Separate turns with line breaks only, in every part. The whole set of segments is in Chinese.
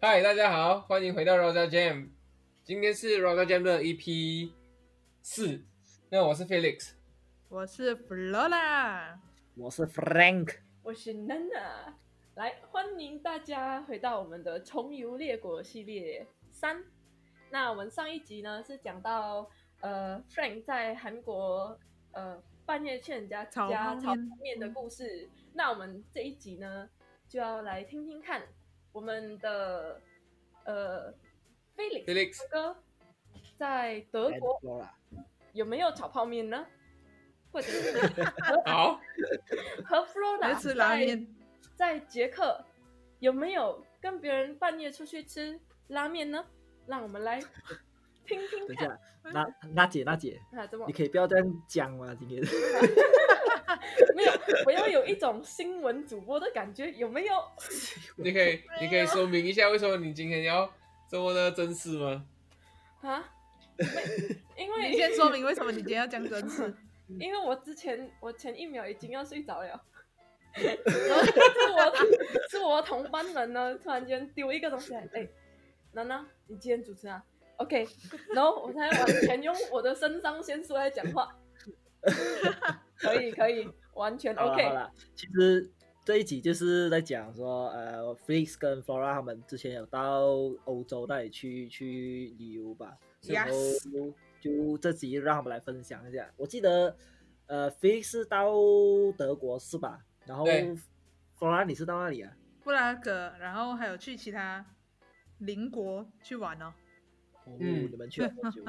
嗨，大家好，欢迎回到 Rosa Jam，今天是 Rosa Jam 的 EP 四。那我是 Felix，
我是 Flora，
我是 Frank，
我是 Nana，来欢迎大家回到我们的《重游列国》系列三。那我们上一集呢是讲到呃 Frank 在韩国呃半夜去人家
炒
家
泡
炒
面
泡面的故事。那我们这一集呢就要来听听看我们的呃 Felix
Felix
哥哥在德国
Flora，
有没有炒泡面呢？或者是
好，
和 Flora
来吃拉面。
在捷克有没有跟别人半夜出去吃拉面呢？让我们来听听
等一
哎
下，
看
娜娜姐，娜姐，
啊，怎么
你可以不要这样讲嘛， 今天
没有？我要有一种新闻主播的感觉，有没有？
你可以你可以说明一下为什么你今天要这么的正式吗？
啊？没，因
你先
为
说明为什么你今天要讲真事？
因为我之前我前一秒已经要睡 着了，然后是我的是我的同班人呢，突然间丢一个东西来，哎，楠楠，你今天主持啊？OK，然 后我才完全用我的肾上腺素来讲 话，可以可以，完全
好了
OK
好。了。其实这一集就是在讲说，呃，Felix 跟 Flora 他们之前有到欧洲那里去去旅游吧，然后
Yes
就这集让他们来分享一下。我记得，呃，Felix 是到德国是吧？然后
对
Flora 你是到哪里啊？
布拉格，然后还有去其他邻国去玩哦。啊
哦，
嗯
你们去了多 久？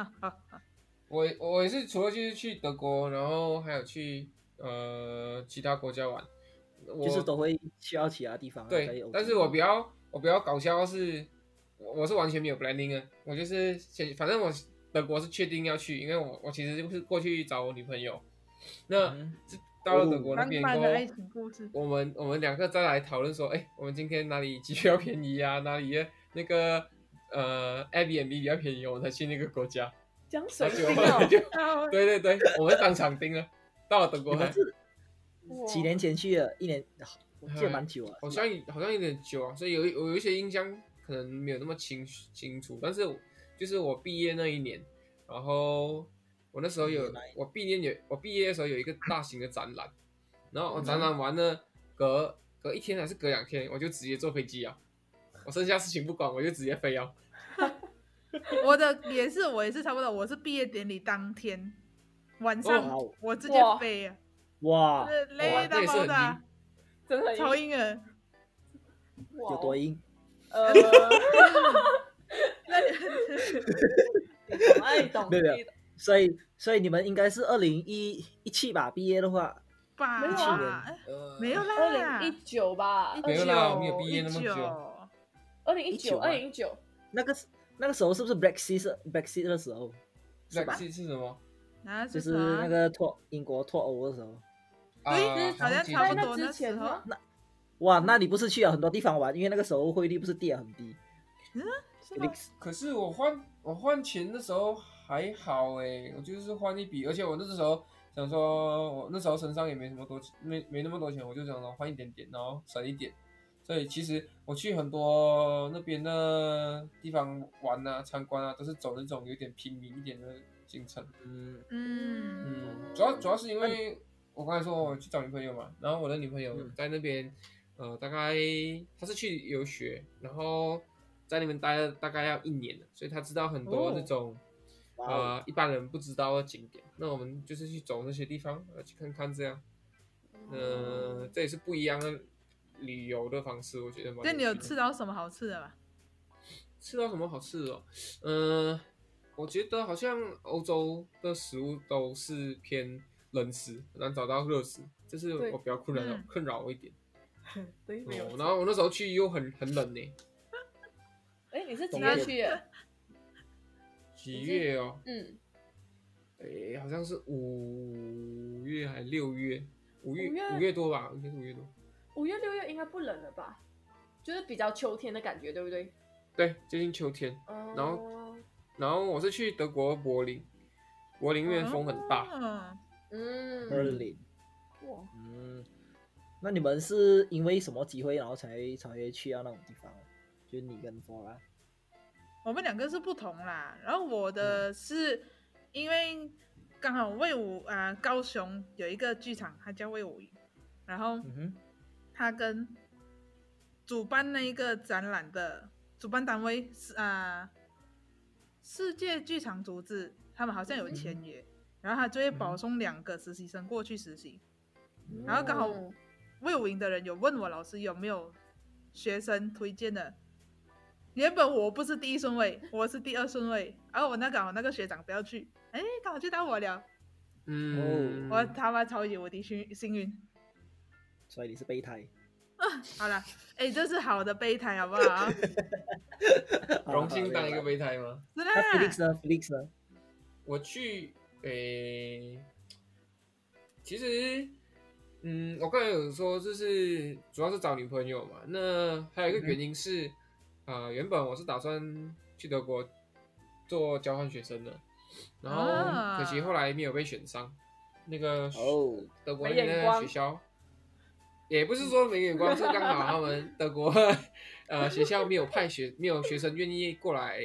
我我也是，除了就是去德国，然后还有去呃其他国家玩，我
就是都会去到其他地方啊，在
对
欧，洲
但是我比较我比较搞笑的是，我我是完全没有 planning 的，我就是先反正我德国是确定要去，因为我我其实就是过去找我女朋友，那、
嗯
是到了德国那
浪
边过
漫
后
的，爱情故事，
我们我们两个再来讨论说，哎，我们今天哪里机票便宜啊，哪里的那个呃 Airbnb 比较便宜，我们才去那个国家，
讲
然
水
后
性
结果后来
哦，
就
啊
对对对，我们当场订了，到了德国
你
还
们是
哇
几年前去的，一年，我记得蛮久啊。
好像好像有点久啊，所以有一我有一些印象可能没有那么清清楚，但是我就是我毕业那一年，然后我那时候有我毕业有我毕业的时候有一个大型的展览，然后我展览完呢，隔隔一天还是隔两天，我就直接坐飞机啊，我剩下事情不管，我就直接飞啊，
我的也是，我也是差不多，我是毕业典礼当天晚上
哦，
我直接
哇
飞啊，
哇，
是
那
累到
也是
爆
很
炸，
真的很
超硬的。
哇
有多硬？
呃，
那
懂爱懂
没有没有
你懂
所以，所以你们应该是二零一一七吧毕业的话，
爸
没有
啊
哎
呃，
没有啦，
二零一九吧，
没有啦我们有毕业那么久
久，
二零一九，
19
二零一九，
那个那个时候是不是 Brexit 是 Brexit 的时候？是吧？
Brexit 是什么
那
就是是
啥
那个脱英国脱欧的时候。
啊
对？
好
好
像
像
记
差
得
不
在
多
那
那
之前
时候
吗，
哇，那你不是去了很多地方玩？因为那个时候汇率不是跌很低。
是吗
Felix，
可是我换我换钱的时候还好诶，我就是换一笔，而且我那时候想说，我那时候身上也没什么多钱，没没那么多钱，我就想说换一点点，然后省一点。所以其实我去很多那边的地方玩啊、参观啊，都是走那种有点平民一点的行程。
嗯，
嗯，
嗯，主要主要是因为我刚才说我去找女朋友嘛，然后我的女朋友
嗯
在那边，呃，大概她是去游学，然后在那边待了大概要一年了，所以她知道很多
哦
这种、
哇哦，
呃一般人不知道的景点。那我们就是去走那些地方，呃，去看看这样，呃，这也是不一样的旅游的方式，我觉得嗯蛮趣的。
那你有吃到什么好吃的吗？
吃到什么好吃的哦？嗯、我觉得好像欧洲的食物都是偏冷食，很难找到热食，这是
对
我比较困扰、
嗯
困扰我一点。
对，没有
哦，。然后我那时候去又很很冷呢，
哎，你是几
懂
月
了
去的？
几月哦？
嗯，
诶，好像是五月还六月，五月
五月
五月多吧，应该是五月多。
五月六月应该不冷了吧？就是比较秋天的感觉，对不对？嗯
对，接近秋天。
然
后然后我是去德国柏林，柏林那
啊
边风很大。
嗯，
二
嗯，
零。
哇，
嗯，那你们是因为什么机会，然后才才会去到那种地方？就你跟 Flora。
我们两个是不同啦。然后我
嗯
的是、因为刚好魏武啊、呃高雄有一个剧场，它叫魏武营，然后
嗯哼，
他跟主办那一个展览的主办单位是啊、世界剧场组织，他们好像有
嗯
签约，然后他就会保送两个实习生过去实习。然后刚好
嗯
魏武营的人有问我老师有没有学生推荐的。原本我不是第一顺位，我是第二顺位，然后我那刚好那个学长不要去，哎，刚好就到我了，
嗯，
我他妈超级无敌幸幸运。
所以你是备胎，
好了，哎，这是好的备胎，好不 好？
荣幸当一个
备。
备胎吗？
是
那 Felix
啦，
呢？Felix 呢？
我去，诶、其实，嗯，我刚才有说，就是主要是找女朋友嘛。那还有一个原因是，啊、原本我是打算去德国做交换学生的，然
啊
后可惜后来没有被选上。那个
哦，
德国那
没眼
边的
光
学校，也不是说没眼光，是刚好他们德国呃学校没有派学没有学生愿意过来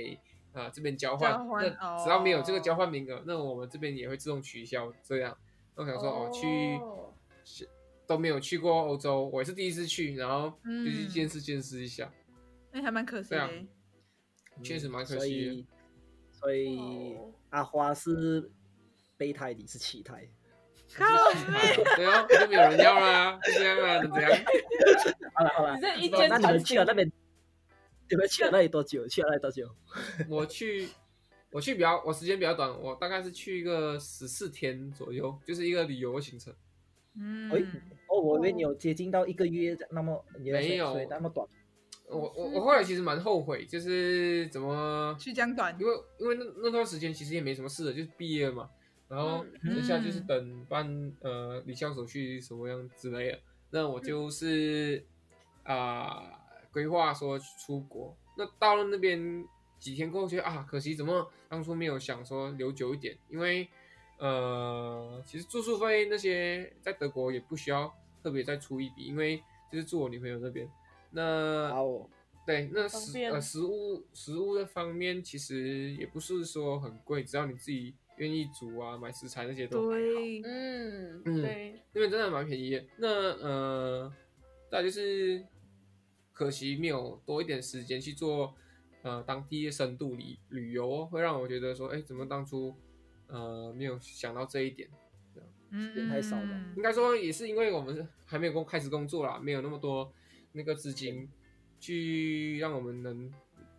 啊、呃这边交换，
交换
那只要没有这个
哦
交换名额，那我们这边也会自动取消。这样，那我想说哦去
哦
是都没有去过欧洲，我也是第一次去，然后就
嗯
去见识见识一下，
哎，还蛮可惜的
对
欸。
确实蛮可
嗯所
惜的。
以，所以
哇哦
阿花是备胎，你是弃胎。
靠背，
对啊，就没有人要啦，就这样啦，能怎样？
好了好了
你，这一
不知
间
道
那你
传
们去
行
了那边，你们去了那里多久？ 去了那里多久？
我去，我去比较，我时间比较短，我大概是去一个十四天左右，就是一个旅游行程。
嗯，
哦，我以为你有接近到一个月，那么你的
没有
所以那么短。
我我我后来其实蛮后悔，就是怎么，
去江短
因为因为那那段时间其实也没什么事的，就是毕业了嘛，然后
嗯
剩下就是等办呃离校手续什么样之类的。那我就是啊、规划说出国，那到了那边几天过后觉得啊可惜，怎么当初没有想说留久一点，因为呃其实住宿费那些在德国也不需要特别再出一笔，因为就是住我女朋友那边。那
哇哦，
对，那
方
食
便
呃食物食物这方面其实也不是说很贵，只要你自己愿意煮啊，买食材那些都还好，
对，
嗯，
嗯
对，
那边真的蛮便宜的。那呃，再来就是可惜没有多一点时间去做呃当地的深度旅旅游哦、会让我觉得说，哎，怎么当初呃没有想到这一点？
嗯，
点太少了
嗯
应该说也是因为我们还没有工开始工作啦，没有那么多那个资金去让我们能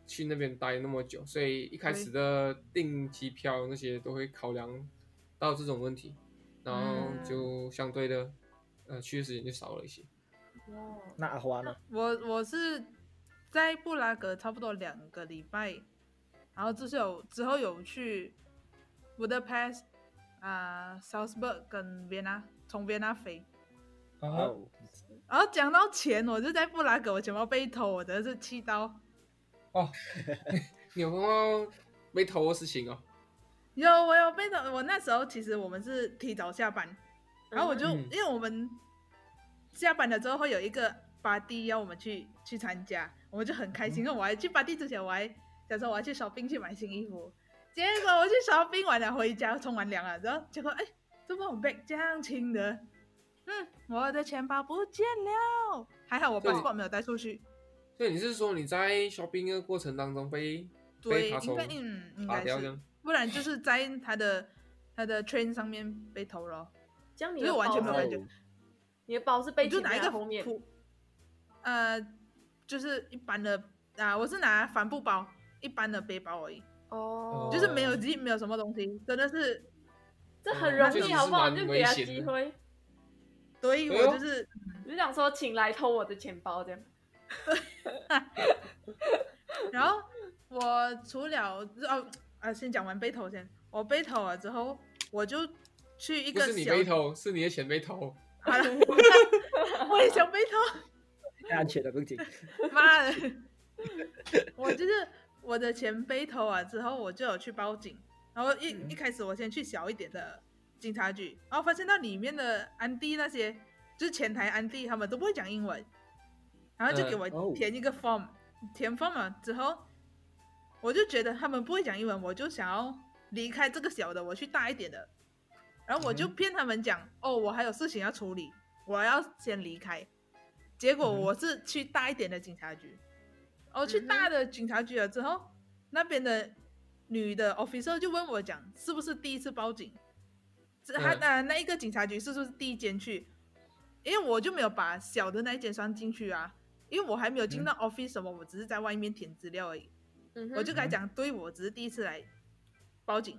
去那边待那么久，所以一开始的订机票那些都会考量到这种问题，然后
嗯
就相对的呃去的时间就少了一些。
哇
那阿花呢？
我我是在布拉格差不多两个礼拜，然后就是有之后有去 Budapest 啊、Salzburg 跟 Vienna，从 Vienna 飞。
啊，
哦，
然后讲到钱，我就在布拉格，我钱包被偷，我真的是气到。
你有碰到被偷的事情哦？
有，我有被找。我那时候其实我们是提早下班，然后我就、
嗯
因为我们下班了之后会有一个巴蒂要我们去去参加，我们就很开
嗯
心。因为我还去巴蒂之前，我还想说我要去 shopping 去买新衣服，结果我去 shopping 完了回家冲完凉了，然后结果哎，怎么我 bag 这样轻的？嗯，我的钱包不见了，还好我
对
passport 没有带出去。
所以你是说你在 shopping 的过程当中被被
对，
扒
应
手
该嗯应
打
该
掉
是
这，样？
不然就是在他的他的 train 上面被偷了。
这样你
所以
的
我完
包
全没有
是
感觉。
你的包是
你
被
就
紧
拿一
在
个
后面，
普，呃，就是一般的啊，我是拿帆布包，一般的背包而已，
哦，
就是没有机，没有什么东西，真的是
这很容
确实
易，
是
好不好？
蛮
就给他
危险的
机会，
对
哎呦
我就是，
你就想说请来偷我的钱包这样。
然后我除了哦啊，先讲完背头先，我背头了之后，我就去一
不
个
是你
小
被，偷，是你的钱被偷。
好了， 我也想背头，
太安全了，不紧。
妈的！我就是我的钱被偷啊，之后我就有去报警，然后一、一开始我先去小一点的警察局，然后发现到里面的安迪那些，就是前台安迪他们都不会讲英文，然后就给
嗯
我
哦
填一个 form，、填 form 了之后，我就觉得他们不会讲英文，我就想要离开这个小的，我去大一点的。然后我就骗他们讲，哦，我还有事情要处理，我要先离开。结果我是去大一点的警察局，我、哦、去大的警察局了之后，那边的女的 officer 就问我讲，是不是第一次报警？这他
嗯
呃那一个警察局是不是第一间去？因为我就没有把小的那一间算进去啊，因为我还没有进到 office 什么，我只是在外面填资料而已。
嗯哼
我就跟他讲，对我只是第一次来报警，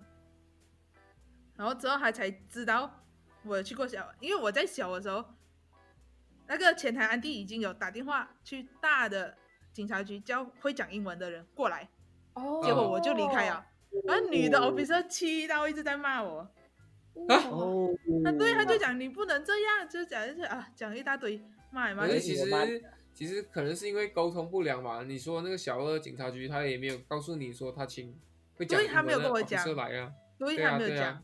然后之后他才知道我有去过小，因为我在小的时候，那个前台安迪已经有打电话去大的警察局叫会讲英文的人过来，
哦，
结果我就离开啊了。然后女的
哦
officer 气到一直在骂我，
哇。
哦，
啊，对，他就讲你不能这样，就讲就是啊，讲一大堆，骂来骂
可是
去
哎。
其
我妈
实其实可能是因为沟通不良吧。你说那个小二警察局，他也没有告诉你说他请会讲
对
英文
他没有
的
跟我讲
officer 来啊，
所以
对
他
啊
没有
对
讲。
啊，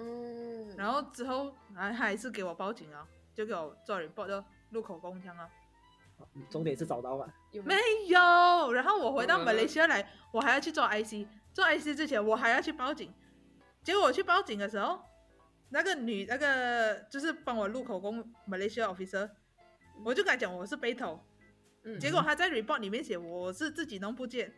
嗯，
然后之后还还是给我报警啊，就给我做 report 就录口供这样啊。
重点是找到嘛，
有
没有，然后我回到
嗯
马来西亚来，我还要去做 IC，做 IC 之前我还要去报警。结果我去报警的时候，那个女那个就是帮我录口供马来西亚 officer，我就跟他讲我是被偷，
嗯
结果他在 report 里面写我是自己弄不见，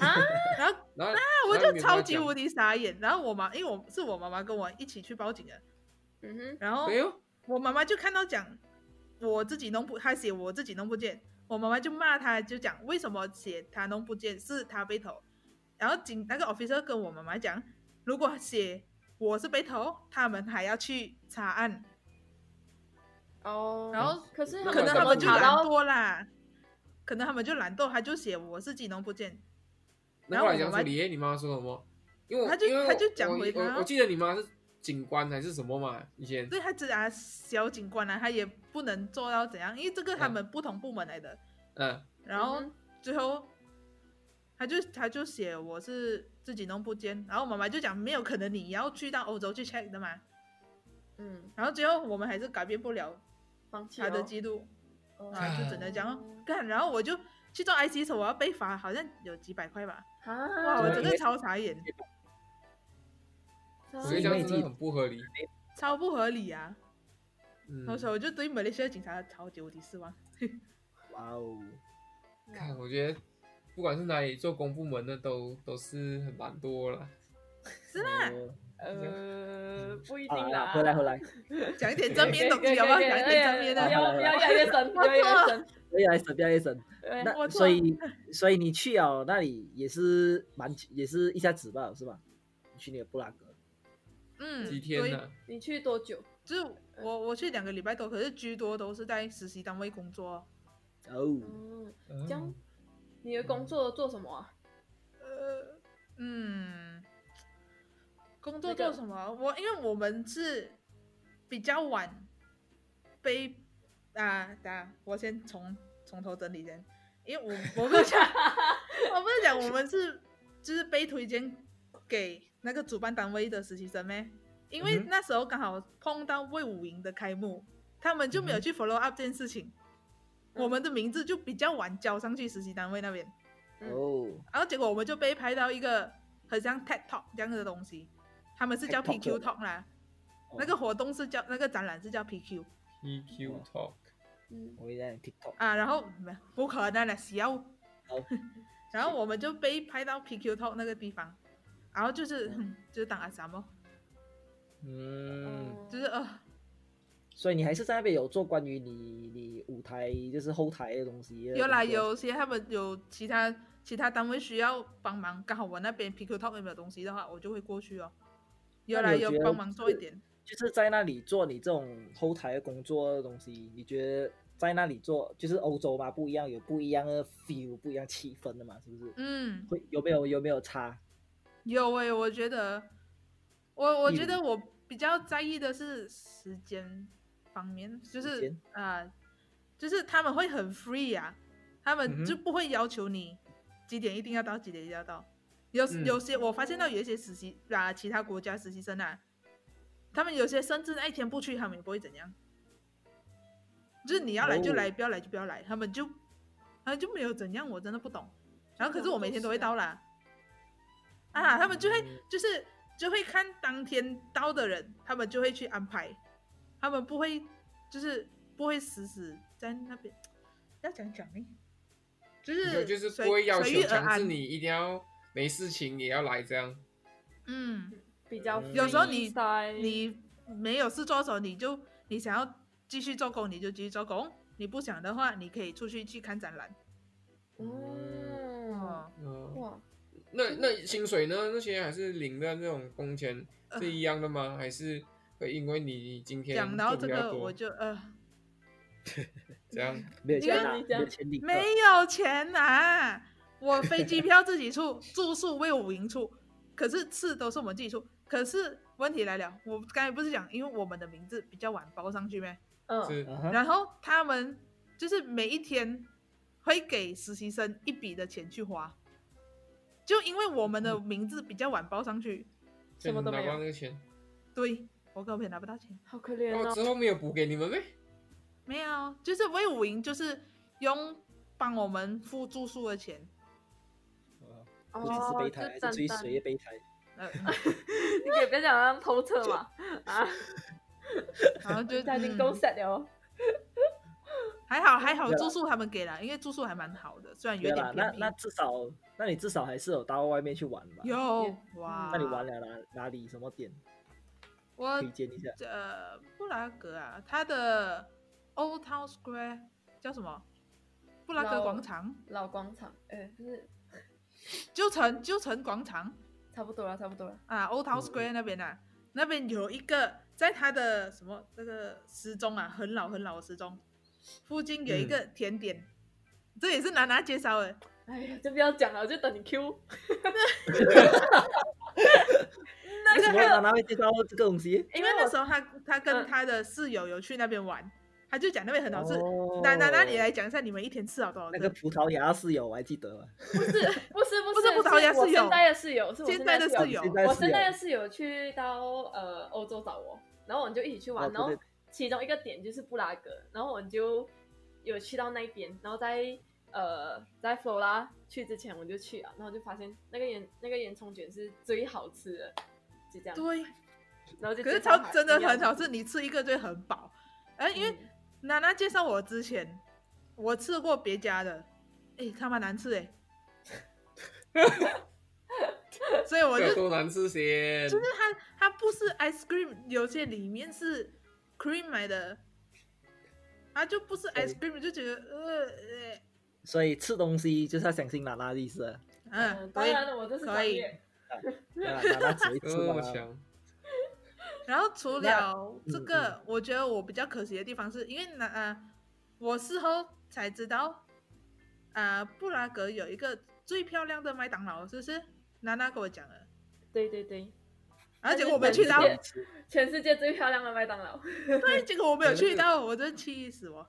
啊，
然后
然后
那我
然后你
就
有没有
超级
讲
无敌傻眼。然后我妈因为我是我妈妈跟我一起去报警的，
嗯哼，
然后
哎呦，
我妈妈就看到讲我自己弄不，她写我自己弄不见，我妈妈就骂她，就讲为什么写她弄不见是她被偷，然后警那个 officer 跟我妈妈讲，如果写我是被偷，他们还要去查案，
哦，
然后
可是
那
可
晚
能他
上不
们就
查
懒
到
惰啦，可能他们就懒惰，他就写我是自己弄不见，
那
然后
后来
我
讲
妈
处理，哎你妈说什么？因为我
她就
因为我
她就讲
我
回她
我我记得你妈是警官还是什么嘛？以前
对他只啊小警官啊，他也不能做到怎样，因为这个他们不同部门来的，
嗯，
然后
嗯哼
最后他就他就写我是自己弄不坚，然后我妈妈就讲没有可能你要去到欧洲去 check 的嘛，
嗯，
然后最后我们还是改变不了
放弃
哦
他的
了
记录
哦
啊，就只能讲哦干，然后我就去做 IC 的时候我要被罚，好像有几百块吧，哇，
啊，
我
对
整个超傻眼，
我觉得这样真的很不合理。
超不合理啊，
嗯，
那时候我就对马来西亚警察超级无敌失望，
哇哦，
看，我觉得不管是哪里做公部门的都，都是很懒惰了。
是啦，
哦
呃，不一定啦
啊，，回来回来，
讲一点正面 东
可以可以
西好不好？
可以
讲一点正面啊
哎
的，
不要不要越来 越深，不要越来越深，
不要一审，不要一审。
对
那
哎我错
所以所以你去了那里也是蛮也是一下子吧，是吧？你去那个布拉格，
嗯，
几天啊
对
呢、
你去多久？
就是我我去两个礼拜多，可是居多都是在实习单位工作。
哦，
嗯，
嗯
这样你的工作做什么啊？
呃，嗯，工作
那个
做什么？我因为我们是比较晚被啊，等下我先从从头整理先，因为我我不是 讲我不是讲我们是就是被推荐给那个主办单位的实习生咩？因为
嗯哼
那时候刚好碰到魏武营的开幕，他们就没有去 follow up 这件事情，
嗯
我们的名字就比较晚交上去实习单位那边。
嗯
哦，
然后结果我们就被拍到一个很像 TED Talk 这样的东西，他们是叫
TED
PQ
Talk
Talk 啦，
哦
那个活动是叫那个展览是叫 PQ
？PQ，E Talk，
嗯，
我也在 TikTok，
啊，然后没有不可能了，小，
好
然后我们就被拍到 PQ Talk 那个地方，然后
哦
就是、嗯就是当阿三哦，
哦
嗯，
就是呃
所以你还是在那边有做关于你你舞台就是后台的东西的
有啦
工作
有些他们有其他其他单位需要帮忙，刚好我那边 PQ Talk 也没有东西的话，我就会过去哦，有
那
啦
你有
有
觉得
帮忙做一
是
点。
就是在那里做你这种后台的工作的东西，你觉得在那里做就是欧洲嘛不一样，有不一样的 feel，不一样气氛的嘛，是不是？
嗯，
会有没有有没有差？
有诶、我觉得，我我
例
觉
如
得我比较在意的是时间方面，就
时
是
间
啊、就是他们会很 free 啊，他
嗯
们
哼
就不会要求你几点一定要到，几点一定要到。有
嗯
有些我发现到有一些实习啊，其他国家实习生啊，他们有些甚至那一天不去，他们也不会怎样，就是你要来就来，
哦
不要来就不要来，他们就然后就没有怎样，我真的不懂。然后可是我每天都会到啦，啊，他们就会就是就会看当天到的人，他们就会去安排，他们不会就是不会死死在那边要讲讲呢，就
就是就是
随
不会要
随
求
遇而
强
安
制你一定要没事情也要来这样。
嗯，
比较
嗯
有时候你
freestyle
你没有事做的时候，你就你想要继续做工，你就继续做工；你不想的话，你可以出去去看展览。
嗯
哦，
嗯，
哇，
那那薪水呢？那些还是领的那种工钱是一样的吗？还是会因为你今天
呃讲到
做
这
比较
个，
多
我就呃
这样
没有钱
因为
拿，没
你这样
有钱领的，
没有钱拿、我飞机票自己出，住宿为我营出，可是吃都是我们自己出。可是问题来了，我刚才不是讲，因为我们的名字比较晚包上去咩？
嗯，
是
啊哈，
然后他们就是每一天会给实习生一笔的钱去花，就因为我们的名字比较晚报上去，
就
什么都
拿
没
不到
有，
那个钱。
对我根本拿不到钱。
好可怜
哦，
哦。
之后没有补给你们呗？
没有，就是魏武营就是用帮我们付住宿的钱，
啊不只是
哦，
备
就
胎，还
单
是追
单
谁的备胎？
呃，
你可以别讲啊，偷车嘛啊，
然后 就
家已经够
嗯
set 了哦。
还好还好
对啦啊
住宿他们给了，因为住宿还蛮好的，虽然
没
有
有
点
啦，那
便宜
那。至少，那你至少还是有到外面去玩吧？
有
嗯
哇，
那你玩了哪哪里什么点
我
推荐一下？
呃布拉格啊，它的 Old Town Square 叫什么？布拉格
老
广场。
老广场，哎，就是
旧城旧城广场
差不多了，差不多了。
啊，Old Town
嗯
Square 那边啊，那边有一个在它的什么那个时钟啊，很老很老的时钟，附近有一个
嗯
甜点，这也是娜娜介绍的，
哎呀，就不要讲了，我就等你 Q。
为什么娜娜会介绍这个东西？
因为那时
候
候她她跟
嗯
她的室友有去那边玩，她就讲那边很好吃。
哦
那那那你来讲一下你们一天吃了多少
那个
个？
葡萄牙室友我还记得，
不是不是不
不
是
是葡萄牙
是我
室友
现在的室友，是我
现在的室
友。
友
现在
我
室
现在
友
的室友去到呃欧洲找我，然后我们就一起去
哦
玩，
对
然后
对
其中一个点就是布拉格，然后我们就有去到那边，然后在呃在佛拉去之前我就去了，然后就发现那个烟那个烟囱卷是最好吃的，就这样，
对，
然后就
可是
介绍
超
他
真的
一定要
很好吃，你吃一个就会很饱。哎，因为
嗯
娜娜介绍我之前，我吃过别家的，哎，他妈难吃哎、所以我
有
就
多难吃些？
就是它，它不是 ice cream，有些里面是 cream 来的，它就不是 ice cream，就觉得呃
所以吃东西就是要相信娜娜的意思 啊，
呃，
嗯
嗯，
当
对。
然了，我这是
可
专
以
业，
娜娜只会吃
哦
这么
啊
嘛。
强，
然后除了这
嗯
个，我觉得我比较可惜的地方是因为呢，呃，我事后才知道，啊、布拉格有一个最漂亮的麦当劳，是不是？娜娜跟我讲的，
对对对，
然后结
是
果我没
本
去
地
到，
的全世界最漂亮的麦当劳，
对，结果我没有去到，我真气死我。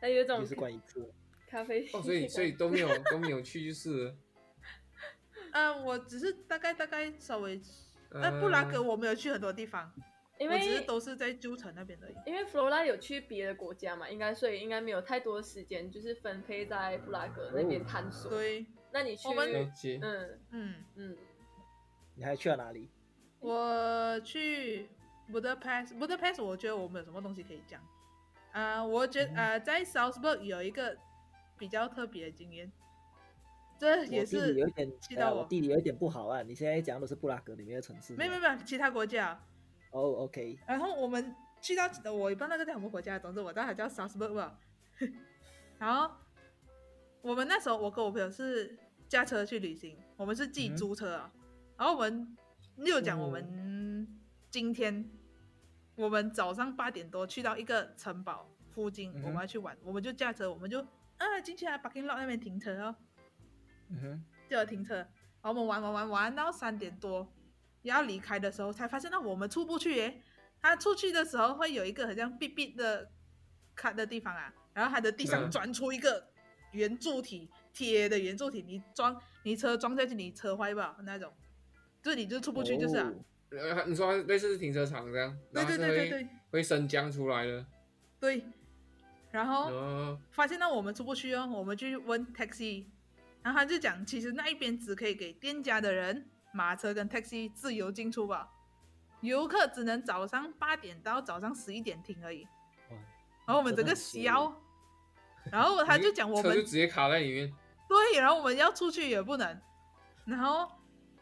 它有一种
也是关于吃，
咖啡，
哦，所以所以都没有都没有去 就是了。
呃，我只是大概大概稍微，呃，布拉格
嗯
我没有去很多地方，
因
我只是
为
都是在旧城那边而已。
因为佛罗拉有去别的国家嘛，应该所以应该没有太多时间，就是分配在布拉格那边
哦
探索。
对，
那你去，
我们
了解。
嗯
嗯，
嗯，
你还去了哪里？
我去 Budapest，Budapest，我觉得我们有什么东西可以讲啊、我觉得
嗯
啊、在 Salzburg 有一个比较特别的经验，这也
我地理
是
有一点
气，到
呃，
我
我地理有一点不好啊。你现在讲的都是布拉格里面的城市，
没有没有没有其他国家啊。
有。哦，OK，
然后我们去到我也不知道那个叫什么国家，总之我知道它叫 Salzburg 吧。 然后我们那时候我跟我朋友是驾车去旅行，我们是自己
嗯
租车啊。然后我们又讲我们今天，我们早上八点多去到一个城堡附近，
嗯哼
我们要去玩，我们就驾车，我们就啊进去啊 parking lot 那边停车哦，
嗯哼，
就有停车。然后我们玩玩玩玩到三点多要离开的时候，才发现那我们出不去耶。他出去的时候会有一个很像哔哔的卡的地方啊，然后它的地上
嗯
钻出一个圆柱体，铁的圆柱体，你装你车装下去，你车坏吧那种，这你就出不去就是啊。
哦
呃，你说类似停车场这样，
对
然后
对
是
对对
会
对
会升降出来的，
对。然后
哦，
发现到我们出不去哦，我们就去问 taxi，然后他就讲，其实那一边只可以给店家的人、马车跟 taxi 自由进出吧，游客只能早上八点到早上十一点停而已。
哇
然后我们整
真的
个
很闲耶
笑，然后他就讲我
车就
们
直接卡在里面，
对，然后我们要出去也不能，然后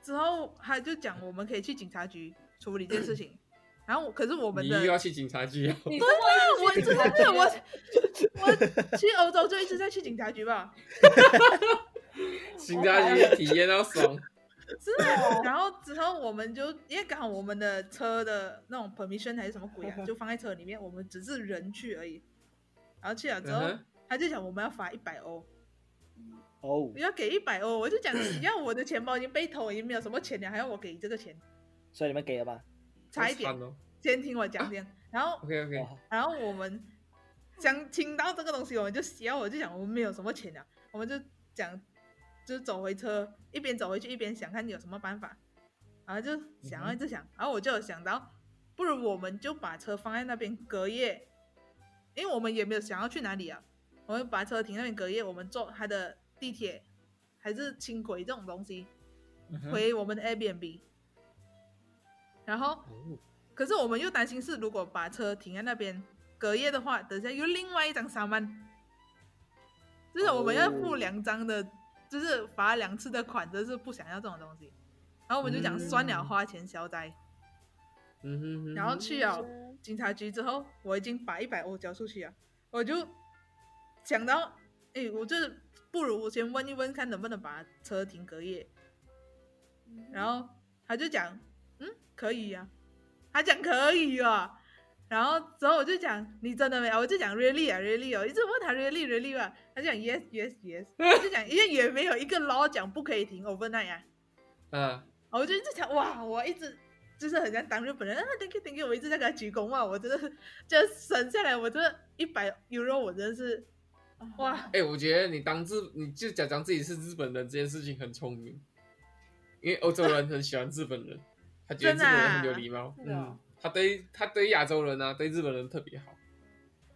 之后他就讲我们可以去警察局处理这件事情，然后我可是我们
你
的
又要去警察局了。哦
你这么
啊我
一直
真
去警察
的
局
是我
了
我去欧洲就一直在去警察局吧，
警察局体验到爽，
是 的。哦然后之后我们就因为刚好我们的车的那种 permission 还是什么鬼 啊，就放在车里面，我们只是人去而已。然后去了之后
嗯哼
他就讲我们要罚一百欧，
哦
我，要给一百欧，我 就讲你要我的钱包已经被偷，已经没有什么钱了，还要我给这个钱，
所以你们给了吧？
差一
好
点
惨，哦。
先听我讲先。然后
OK OK，
哇，
然后我们想听到这个东西，我们就笑，我就想我们没有什么钱了，我们就讲，就走回车，一边走回去一边想看有什么办法，然后就
嗯
想一直想，然后我就有想到，不如我们就把车放在那边隔夜，因为我们也没有想要去哪里啊，我们把车停那边隔夜，我们坐他的地铁还是轻轨这种东西
嗯哼
回我们的 Airbnb，然后。
哦
可是我们又担心是，如果把车停在那边隔夜的话，等下又另外一张三万，就是我们要付
哦
两张的，就是罚两次的款，就是不想要这种东西。然后我们就讲
嗯
算了，花钱消灾。
嗯哼哼，
然后去哦了警察局之后，我已经把一百欧交出去了，我就想到，哎，我就是不如我先问一问看能不能把车停隔夜。然后他就讲，嗯，可以呀、他讲可以啊，然后之后我就讲，你真的没有？我就讲 really 啊，really 哦，一直问他 really really 吧，他就讲 yes yes yes，我就讲因为也没有一个 law 讲不可以停 overnight 啊，
啊，
我就一直想，哇，我一直就是很像当日本人啊，thank you thank you，我一直在给他鞠躬哇，我真的是就省下来，我这一百 euro 我真的是哇，
哎，我觉得你当日你就假装自己是日本人这件事情很聪明，因为欧洲人很喜欢日本 人，他觉得日
真的
本
啊
人很有礼貌，
是的
嗯
哦，
他对他对亚洲人啊，对日本人特别好。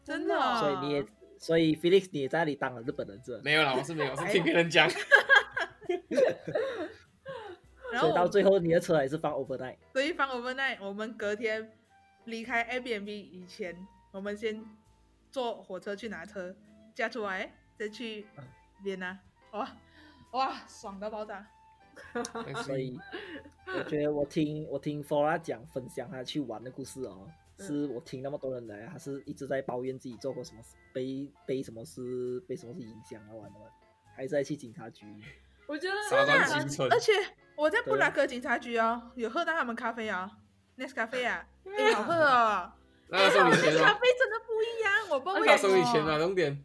真的
哦
哦
所以你也，所以 Felix 你也在那里当了日本人是吧？
没有啦，我是没有，
哎
是听别人 讲。
然后
所以
我
到最后你的车还是放 overnight。
所以放 overnight，我们隔天离开 Airbnb 以前，我们先坐火车去拿车，驾出来再去边啊，哇哇，爽到爆炸！
哎啊
所以我觉得我听我听 Flora 讲分享她去玩的故事哦，
嗯
是我听那么多人来，她是一直在抱怨自己做过什么事，被被什么事被什么事影响啊玩的嘛，还是在去警察局。
我觉得
傻
真的
蛋
很
行程
啊而且我在布
对
拉格警察局哦，有喝到他们咖啡啊、n e s 咖啡啊，哎，好喝哦！
那他收哎你钱
n e s 咖
吗？
啡真的不一样，我不会
那他收你钱吗？重点，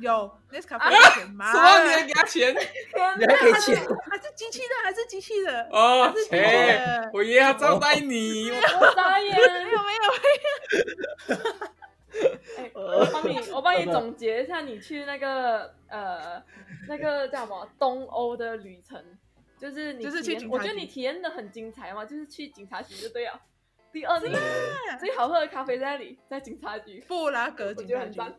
有 n e s 咖啡有钱吗？
什么？你还给他钱？
天
你还可以
它
去
是，它是机器的，还是机器的？
哦
它是，机器
哎，
的。
我爷爷要招待你，我
我傻眼。
没有没有，
哎
呃
我帮你，我帮你总结一下你去那个呃那个叫什么东欧的旅程，就是你
就是
体验
去警察局
我觉得你体验的很精彩嘛，就是去警察局就对了。第二，你最好喝的咖啡在哪里？在警察局，
布拉格
我
警
觉得
察
很
局。
赞。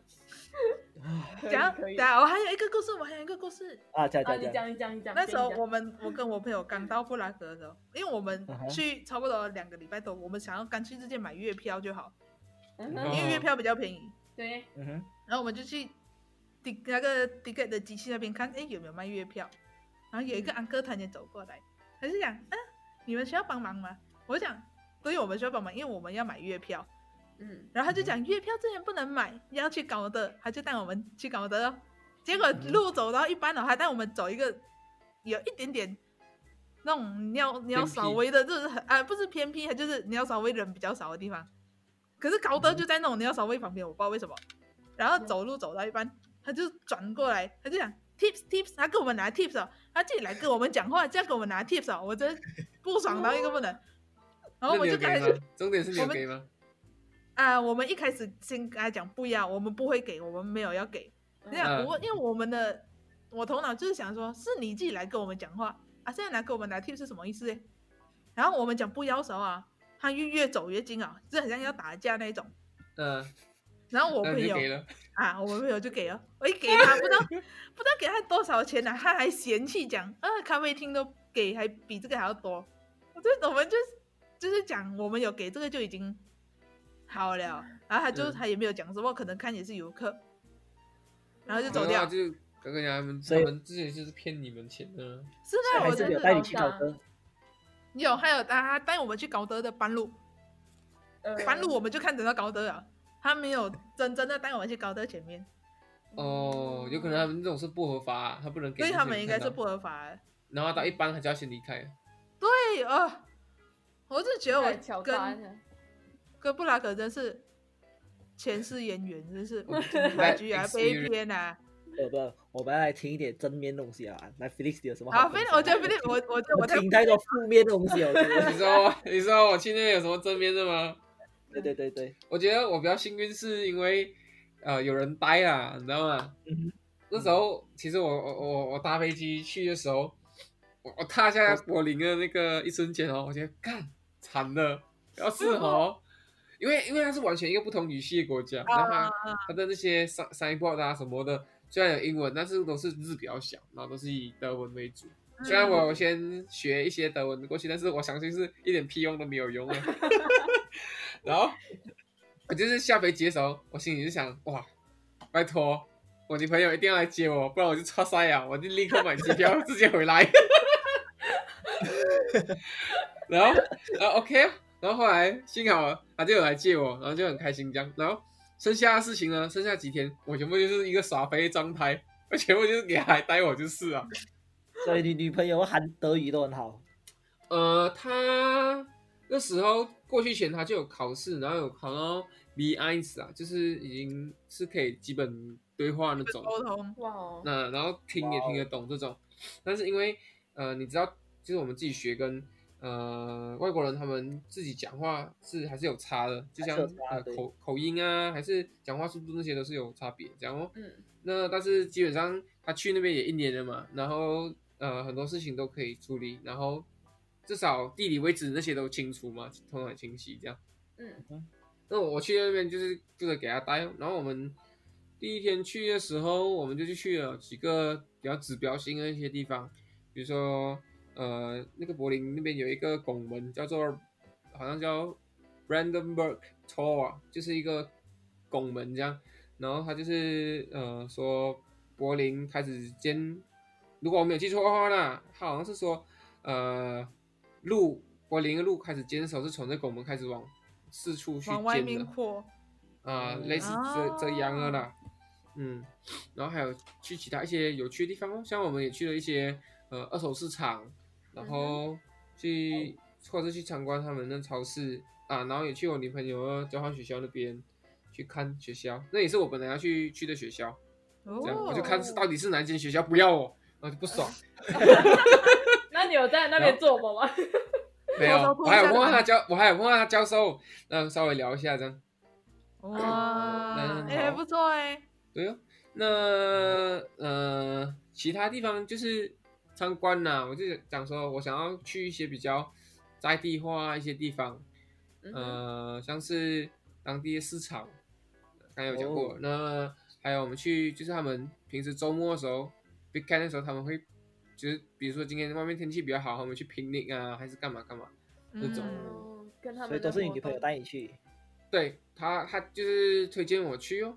讲
可以可以
讲，我还有一个故事，我还有一个故事。
啊，讲
啊，
讲
你
讲，
讲你讲你讲。
那时候
你讲
我们我跟我朋友刚到布拉格的时候，因为我们
嗯哼
去差不多两个礼拜多，我们想要干脆直接买月票就好，
嗯
因
哼
哦
为月票比较便宜。
对，
嗯哼，
然后我们就去 t 那个 ticket 的机器那边看，哎有没有卖月票。然后有一个安哥突然间走过来，他就讲，嗯、你们需要帮忙吗？我讲，对，我们需要帮忙，因为我们要买月票。
嗯，
然后他就讲月票之前不能买，要去高德，他就带我们去高德咯。结
嗯
果路走到一半了，他带我们走一个有一点点那种鸟鸟稍微的，就是很啊、不是偏僻，它就是鸟稍微人比较少的地方。可是高德就在那种鸟稍微旁边，我不知道为什么。然后走路走到一半，他就转过来，他就讲 tips tips，他给我们拿 tips 哦，他自己来跟我们讲话，这样给我们拿 tips 哦，我真不爽到一个不能。然后
那
我
你
就
有
开
给
始
吗？重点是你有给吗？
啊、我们一开始先跟他讲不要，我们不会给，我们没有要给。这样，
嗯
我因为我们的我头脑就是想说，是你自己来跟我们讲话啊，现在来给我们拿 tip 是什么意思欸？然后我们讲不要的时候啊，他越越走越近啊，就很像要打架那一种。
嗯，
然后我
那
朋
你
友
就给了，
啊，我朋友就给了，我一给他， 不知道不知道给他多少钱呢、啊他还嫌弃讲，啊，咖啡厅都给还比这个还要多，我就我们就是就是讲我们有给这个就已经好了，然后他就、
嗯
他也没有讲什么，可能看也是游客，然后就走
然
掉
后。
啊
哦就跟人家他们他
所以
们之前就是骗你们钱的，
是那
还
我
是
真
有
的
带你去考歌，
有，还有他带我们去高德的班路，
呃
班路我们就看得到高德了，他没有真真的带我们去高德前面，
哦，有可能他们这种是不合法、啊他不能给。
对他们应该是不，合法的。
然后到一般他就要先离 开。
对啊、呃我是觉得
太巧
我
搭
跟
了，
跟布拉格真是前世渊源，真是嗯我
来
居然被骗啊！
呃，不，我们来听一点正面东西啊。来，Felix 有什么
好，
好分
菲
享？
我觉得菲我我
我
我
们
在
听太多负面东西了。哦我觉得
你说你说我去那有什么正面的吗？
对对对对，
我觉得我比较幸运是因为呃有人带啦，你知道吗？
嗯
那时候其实我我我我搭飞机去的时候，我我踏下柏林的那个一瞬间哦，我觉得干惨了，要是哦，因为因为它是完全一个不同语系的国家，然后它它的那些 sign signboard 啊什么的，虽然有英文，但是都是字比较小，然后都是以德文为主。虽然我先学一些德文过去，但是我相信是一点屁用都没有用啊。然后我就是下飞机的时候，我心里就想，哇，拜托，我女朋友一定要来接我，不然我就超塞啊，我就立刻买机票直接回来。 然后，呃，OK 啊，然后后来幸好他就有来接我，然后就很开心这样。然后剩下的事情呢，剩下几天我全部就是一个耍飞状态，我全部就是给他来带我就是啊。
所以你女朋友韩德语都很好，
呃，他那时候过去前他就有考试，然后有考到 B I 啊，就是已经是可以基本对话那种。
沟通，
哇哦，
那然后听也听得懂这种，但是因为呃，你知道，就是我们自己学跟呃外国人他们自己讲话是还是有差的，就像
还是有差
呃
对
口口音啊，还是讲话速度那些都是有差别，这样哦。
嗯，
那但是基本上他去那边也一年了嘛，然后呃很多事情都可以处理，然后至少地理位置那些都清楚嘛，通常很清晰这样。
嗯，
那我去那边就是就是给他待，然后我们第一天去的时候，我们就去去了几个比较指标性的一些地方，比如说呃，那个柏林那边有一个拱门叫做好像叫 Brandenburg Tor，就是一啊个拱门这样，然后它就是呃说柏林开始建，如果我没有记错的话呢，它好像是说呃路柏林的路开始坚守是从这拱门开始往四处去
往外
建的
面。扩，
啊、
嗯
类似这这样的
哦
啦，嗯，然后还有去其他一些有趣的地方哦，像我们也去了一些呃二手市场，然后去、或者去参观他们的超市啊，然后也去我女朋友的交换学校那边去看学校，那也是我本来要去去的学校，
哦
这样、我就看是到底是哪一间学校不要我，然后就不爽，
那你有在那边做过吗？
没有，
偷偷
我还有
偷偷
问
看
他教，我还有问他教授，那稍微聊一下这样。
哇，
嗯
哎，还
哦好
不错哎，
对哦，那呃，其他地方就是参观呐、我就讲说我想要去一些比较在地化一些地方，
嗯，
呃，像是当地的市场，刚才有讲过。
哦
那还有我们去，就是他们平时周末的时候，weekend 的时候，他们会就是比如说今天外面天气比较好，他们去 picnic 啊，还是干嘛干嘛。那种
嗯
哦跟他们
所以都
的
是你
活
女朋友
动
带你去。
对他，他就是推荐我去哦，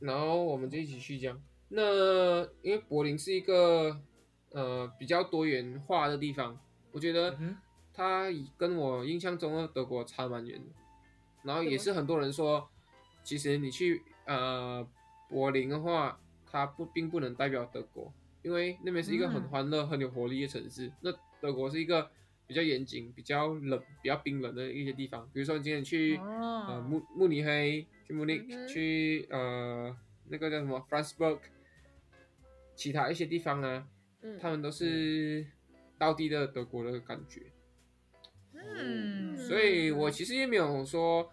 然后我们就一起去这样。那因为柏林是一个呃比较多元化的地方，我觉得
嗯
它跟我印象中的德国差蛮远的。然后
怎
也
么
是很多人说，其实你去呃柏林的话，它不并不能代表德国，因为那边是一个很
嗯
欢乐、很有活力的城市。那德国是一个比较严谨、比较冷、比较冰冷的一些地方。比如说你今天去、呃
哦，
慕慕尼黑，去慕尼、
嗯哼
去呃那个叫什么 Franzburg，其他一些地方啊，
嗯，
他们都是当地的德国的感觉。
嗯，
所以我其实也没有说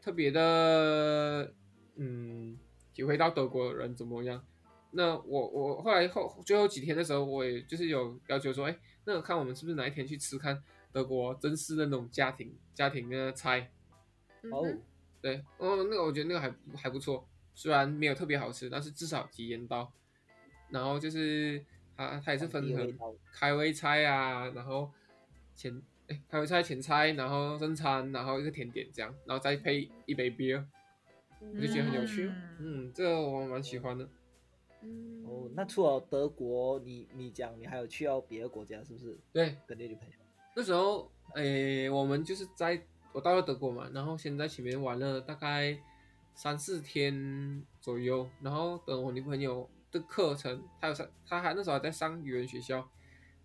特别的，嗯，体会到德国人怎么样。那我我后来后最后几天的时候，我也就是有要求说，哎，那看我们是不是哪一天去吃看德国真是那种家庭家庭的菜，
嗯
哦
哼，
对，哦，那个我觉得那个还还不错，虽然没有特别好吃，但是至少体验到。然后就是它它也是分
本地味
成
道
开胃菜啊，然后前哎开胃菜前菜，然后正餐，然后一个甜点这样，然后再配一杯 beer，我
我
就觉得很有趣哦。
嗯
嗯，这个我蛮喜欢的。
哦，那除了德国，你你讲你还有去到别的国家是不是？
对，
跟你女朋友？
那时候，诶、我们就是在我到了德国嘛，然后先在前面玩了大概三四天左右，然后等我女朋友的课程，她有上，她还那时候还在上语言学校，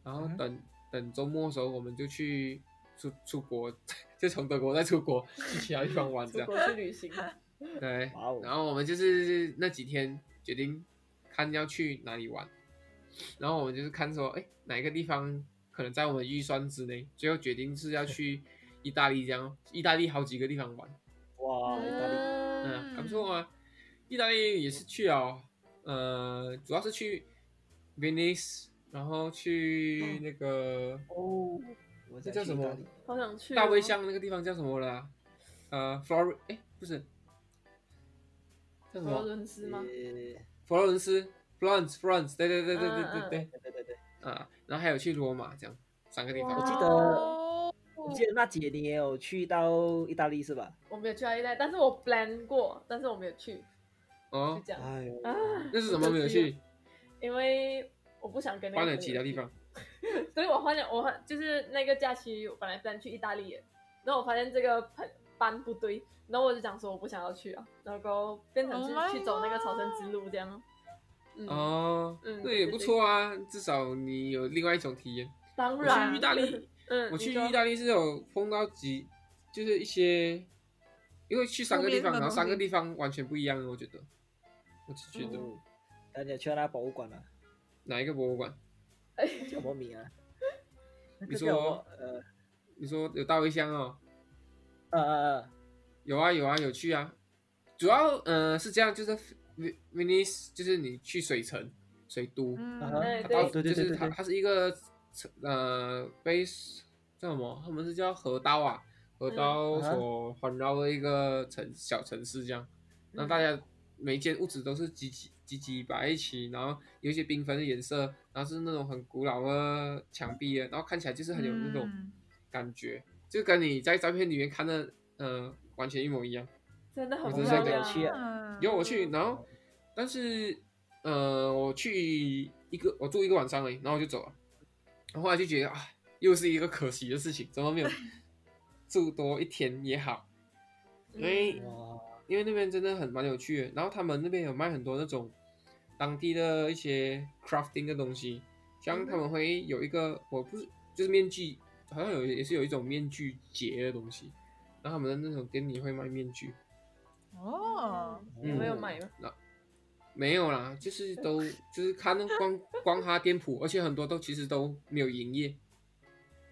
然后
嗯哼
等、等周末的时候，我们就去出出国， 就从德国再出国去其 他地方玩这
出
样，
国去旅行，
对，
哇哦，
然后我们就是那几天决定看要去哪里玩，然后我们就是看说，哎，哪一个地方可能在我们预算之内，最后决定是要去意大利这样哦。意大利好几个地方玩，
哇，
嗯
意大利，
嗯，还不错啊。意大利也是去了，哦呃，主要是去 Venice，然后去
嗯
那个
哦，我
这
想
叫
去
什
意大
么
利？
好想去哦
大卫像那个地方叫什么啦？呃，Flor，哎，不是，叫什
佛罗
么？
伦斯吗
呃？对
佛罗伦斯，Florence，Florence，对对对对对
嗯嗯
对对。
对对对，
啊，然后还有去罗马这样三个地
哇
我
方。
记得
哦，
我记得那姐你也有去到意大利是吧？
我没有去到意大利，但是我 plan 过，但是我没有去，就
哦，
这样
哎呦，
啊。
那是什么没有去？
因为我不想跟那个
换了
朋友
其他地方。
去， 所以我换了我换就是那个假期，我本来 plan 去意大利的，然后我发现这个朋班不对，然后我就讲说我不想要去啊，然后变成
Oh my
是去走那个朝圣之路这样。嗯，
哦，
嗯
那也不错啊，至少你有另外一种体验。
当
我
然
去意大利，
嗯，
我去
你说
意大利是有碰到几，就是一些，因为去三个地方，
负面的
然后三个
东
地
西
方完全不一样的，我觉得。我只觉得
哦那你有去到那博物馆吗？
哪一个博物馆？
哎
叫什么名啊？那
你
个叫
说
什么呃
你说有大卫像哦？
呃呃呃，
有啊有啊有去啊，主要呃是这样，就是 Ve- Venice，就是你去水城、水都，
啊
嗯
哈
哎
它
对
到
哦对对
就
对
是
对
它，
对，
它是一个呃被叫什么？他们是叫河道啊，河道
嗯啊
所环绕的一个城小城市这样。那大家每一间屋子都是几几几几摆在一起，然后有一些缤纷的颜色，然后是那种很古老的墙壁的，然后看起来就是很有那种
嗯
感觉，就跟你在照片里面看的呃完全一模一样。
真的很
我只是
漂
想
亮
讲
去啊
嗯
有我去，然后但是呃，我去一个我住一个晚上而已，然后我就走了。然后后来就觉得啊，又是一个可惜的事情，怎么没有住多一天也好？因
嗯
为
哇，
因为那边真的很蛮有趣的。然后他们那边有卖很多那种当地的一些 crafting 的东西，像他们会有一个我不是就是面具，好像有也是有一种面具节的东西。然后他们的那种店里会卖面具，
哦，
嗯有没有买吗？
没有啦，就是都就是看那光光他店铺，而且很多都其实都没有营业。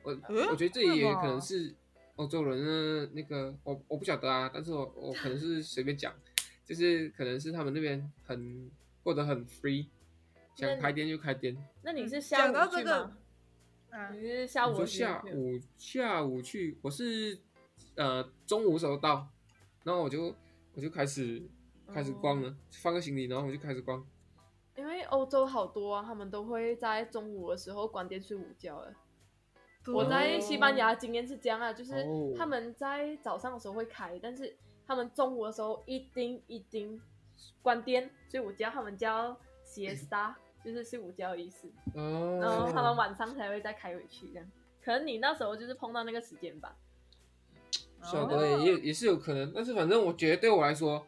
我
嗯
我觉得这也
为什么
可能是欧洲人的那个，我我不晓得啊，但是我我可能是随便讲，就是可能是他们那边很过得很 free，
那
想
你
开店就开店。
那你是
讲
下午
到这
去
个
吗？，
啊
你是下
我
午
说
去的
下午下午去，我是呃中午时候到，然后我就我就开始开始逛了，放个行李，然后我就开始逛。
因为欧洲好多啊，他们都会在中午的时候关店睡午觉的。我在西班
哦
哦
牙的经验是这样啊，就是
哦
他们在早上的时候会开，但是他们中午的时候一定一定关店，所以我叫他们叫 siesta，就是睡午觉的意思。
哦，
然后他们晚上才会再开回去这样。可能你那时候就是碰到那个时间吧。
哦
不晓得啊也也是有可能，但是反正我觉得对我来说，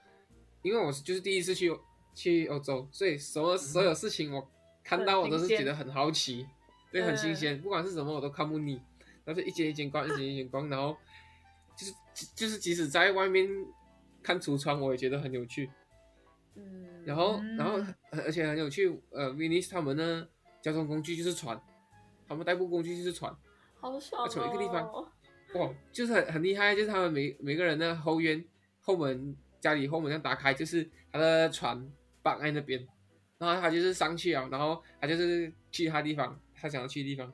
因为我是就是第一次去去欧洲，所以所有所有事情我看到我都是觉得很好奇，对，很新鲜，不管是什么我都看不腻，然后就一间一间逛，一间一间逛，然后就是就是即使在外面看橱窗，我也觉得很有趣。
嗯，
然后
嗯
然后很而且很有趣，呃，Venice 他们呢交通工具就是船，他们代步工具就是船，
好爽、哦，
从一个地方哇，哦就是很很厉害，就是他们每每个人的后院、后门、家里后门这样打开，就是他的船绑在那边，然后他就是上去啊，然后他就是去他地方，他想要去的地方，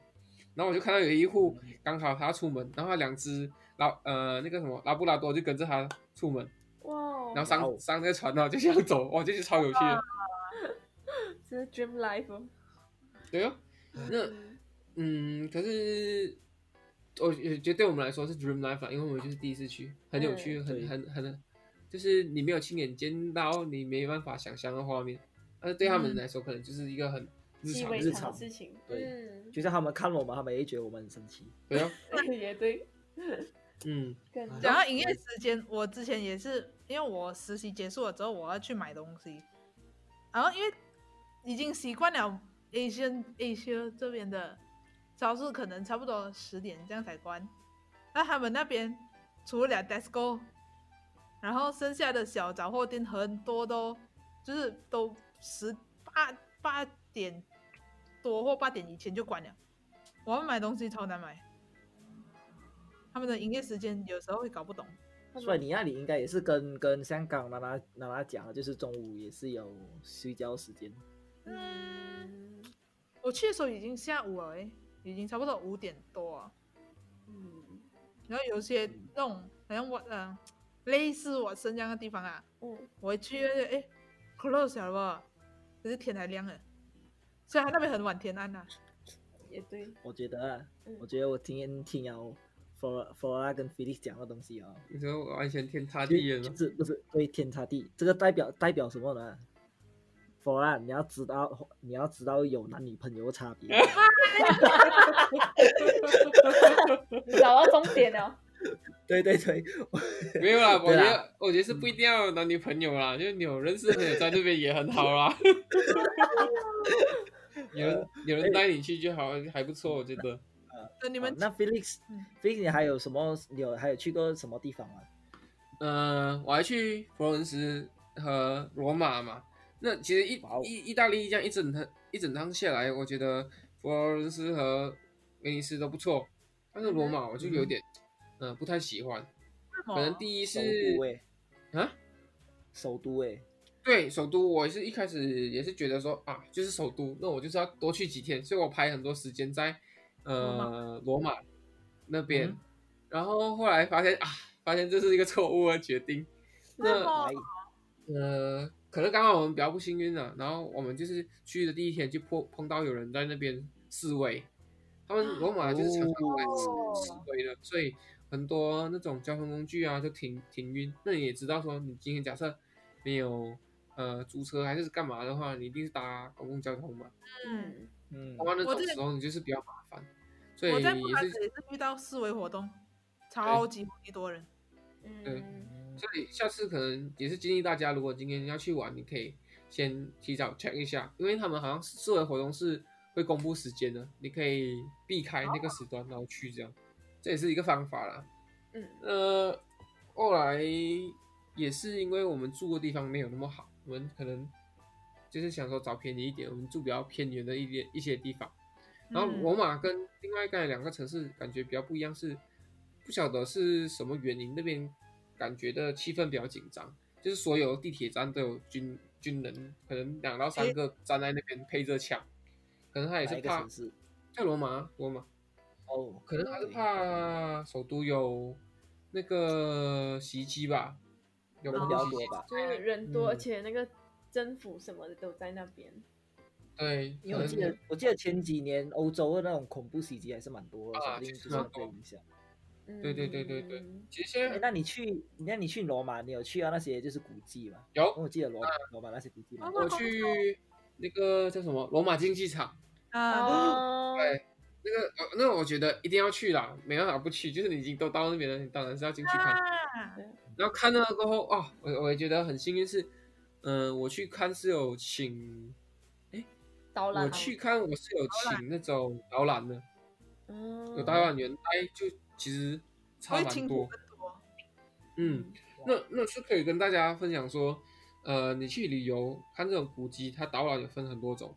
然后我就看到有一户
嗯
刚好他要出门，然后他两只拉呃那个什么拉布拉多就跟着他出门，
哇，
然后
哇
上
哦
上那个船呢就这样走，哇，这就超有趣的，
这是 dream life 哦。
对哦，那嗯，可是我觉得对我们来说是 dream life 啊啦，因为我们就是第一次去，很有趣，很
嗯对
很很，就是你没有亲眼见到，你没办法想象的画面，但是对他们
嗯
来说可能就是一个很日
习以
常
为
的事
日
情，
常
的事情，
对
嗯，
就像他们看我们，他们也觉得我们很神奇。
对哦，
也对，
嗯，
跟
啊
然后营业时间，我之前也是，因为我实习结束了之后，我要去买东西，然后因为已经习惯了 Asian Asia 这边的超市，可能差不多十点这样才关。那他们那边除了 Tesco，然后剩下的小杂货店很多都就是都十八八点多或八点以前就关了。我要买东西超难买，他们的营业时间有时候会搞不懂。
所以你那里应该也是跟跟香港娜娜娜娜讲的，就是中午也是有睡觉时间。
嗯
我去的时候已经下午了、欸，已经差不多五点多了。
嗯
然后有些那种好像我嗯、类似我身这样的地方啊，
嗯，
我一去哎、诶 close 了吧，可是天还亮了，虽然它那边很晚天啊暗呐、
也对，
我觉得啊
嗯，
我觉得我今天听了 Flora Flora 跟 Felix 讲的东西哦，
你说完全天差
就
地远了
就，是不是对天差地，这个代表代表什么呢？Flora，你要知道你要知道有男女朋友的差 别。
你找到终点 了，
对对对，我
没有啦，我
对啊
觉
啦
得我觉得是不一定要有男女朋友啦，就是你有认识的朋友在那边也很好 啦。有人
呃
有
哎
人带你去就好，还不错，我觉得。
等你们
好那 Felix
嗯
Felix 你还有什么你有还有去过什么地方吗？
嗯，我还去佛罗伦斯和罗马嘛。那其实意
哇哦
意意大利这样一整趟一整趟下来，我觉得佛罗伦斯和威尼斯都不错，但是罗马我就有点嗯、呃不太喜欢。
可
可能第一
哦首
是
都欸诶，
啊，
首都欸诶，
对，首都我也是一开始也是觉得说啊，就是首都，那我就是要多去几天，所以我排很多时间在呃罗马那边，
嗯
然后后来发现啊，发现这是一个错误的决定。那
哦
来
呃，可能刚好我们比较不幸运了，然后我们就是去的第一天就碰碰到有人在那边示威，他们罗马就是常常来
哦
示示威的，所以很多那种交通工具啊就停停运。那你也知道说，你今天假设没有呃租车还是干嘛的话，你一定是搭公共交通嘛。
嗯，
嗯
那，么那
我
种
这
时候你就是比较麻烦，所以
嗯我
也
在布达
是
子也是遇到示威活动，超级无敌多人。
嗯，
所以下次可能也是建议大家，如果今天要去玩，你可以先提早 check 一下，因为他们好像示威活动是会公布时间的，你可以避开那个时段，然后去这样，这也是一个方法啦。
嗯
呃，后来也是因为我们住的地方没有那么好，我们可能就是想说找便宜一点，我们住比较偏远的一点一些地方。然后
嗯
罗马跟另外刚才两个城市感觉比较不一样是，不晓得是什么原因，那边感觉的气氛比较紧张，就是所有地铁站都有军军人，可能两到三个站在那边配着枪，可能他也
哪
是
一个
怕
城市？
在罗马，罗马
哦，
可能他是
对
怕首都有那个袭击吧，有
人
恐
哦
怖袭
比较多
击
吧，
就是人多，
嗯
而且那个政府什么的都在那边，
对，
因为我记得，我记得前几年欧洲的那种恐怖袭击还是蛮多的，
啊
说不
其
定就
实
是
蛮
被
多
影响。
嗯
对对对对对
嗯
其实现
哎
在
那你去，那你去罗马，你有去到那些就是古迹吗？因为
有
我记得罗马罗马那些古迹蛮
啊
多
我去那个叫什么罗马竞技场。
啊，
哦，
对那个呃，那我觉得一定要去啦，没办法不去，就是你已经都到那边了，你当然是要进去看。
啊
然后看了过后，哦，我我也觉得很幸运是，嗯、我去看是有请，
导览
我
啊
去，看我是有请那种导览的，
嗯
有导啊览员带，就其实差
会清
蛮
楚
多。
更多。
嗯，那那是可以跟大家分享说，呃，你去旅游看这种古迹，它导览也分很多种，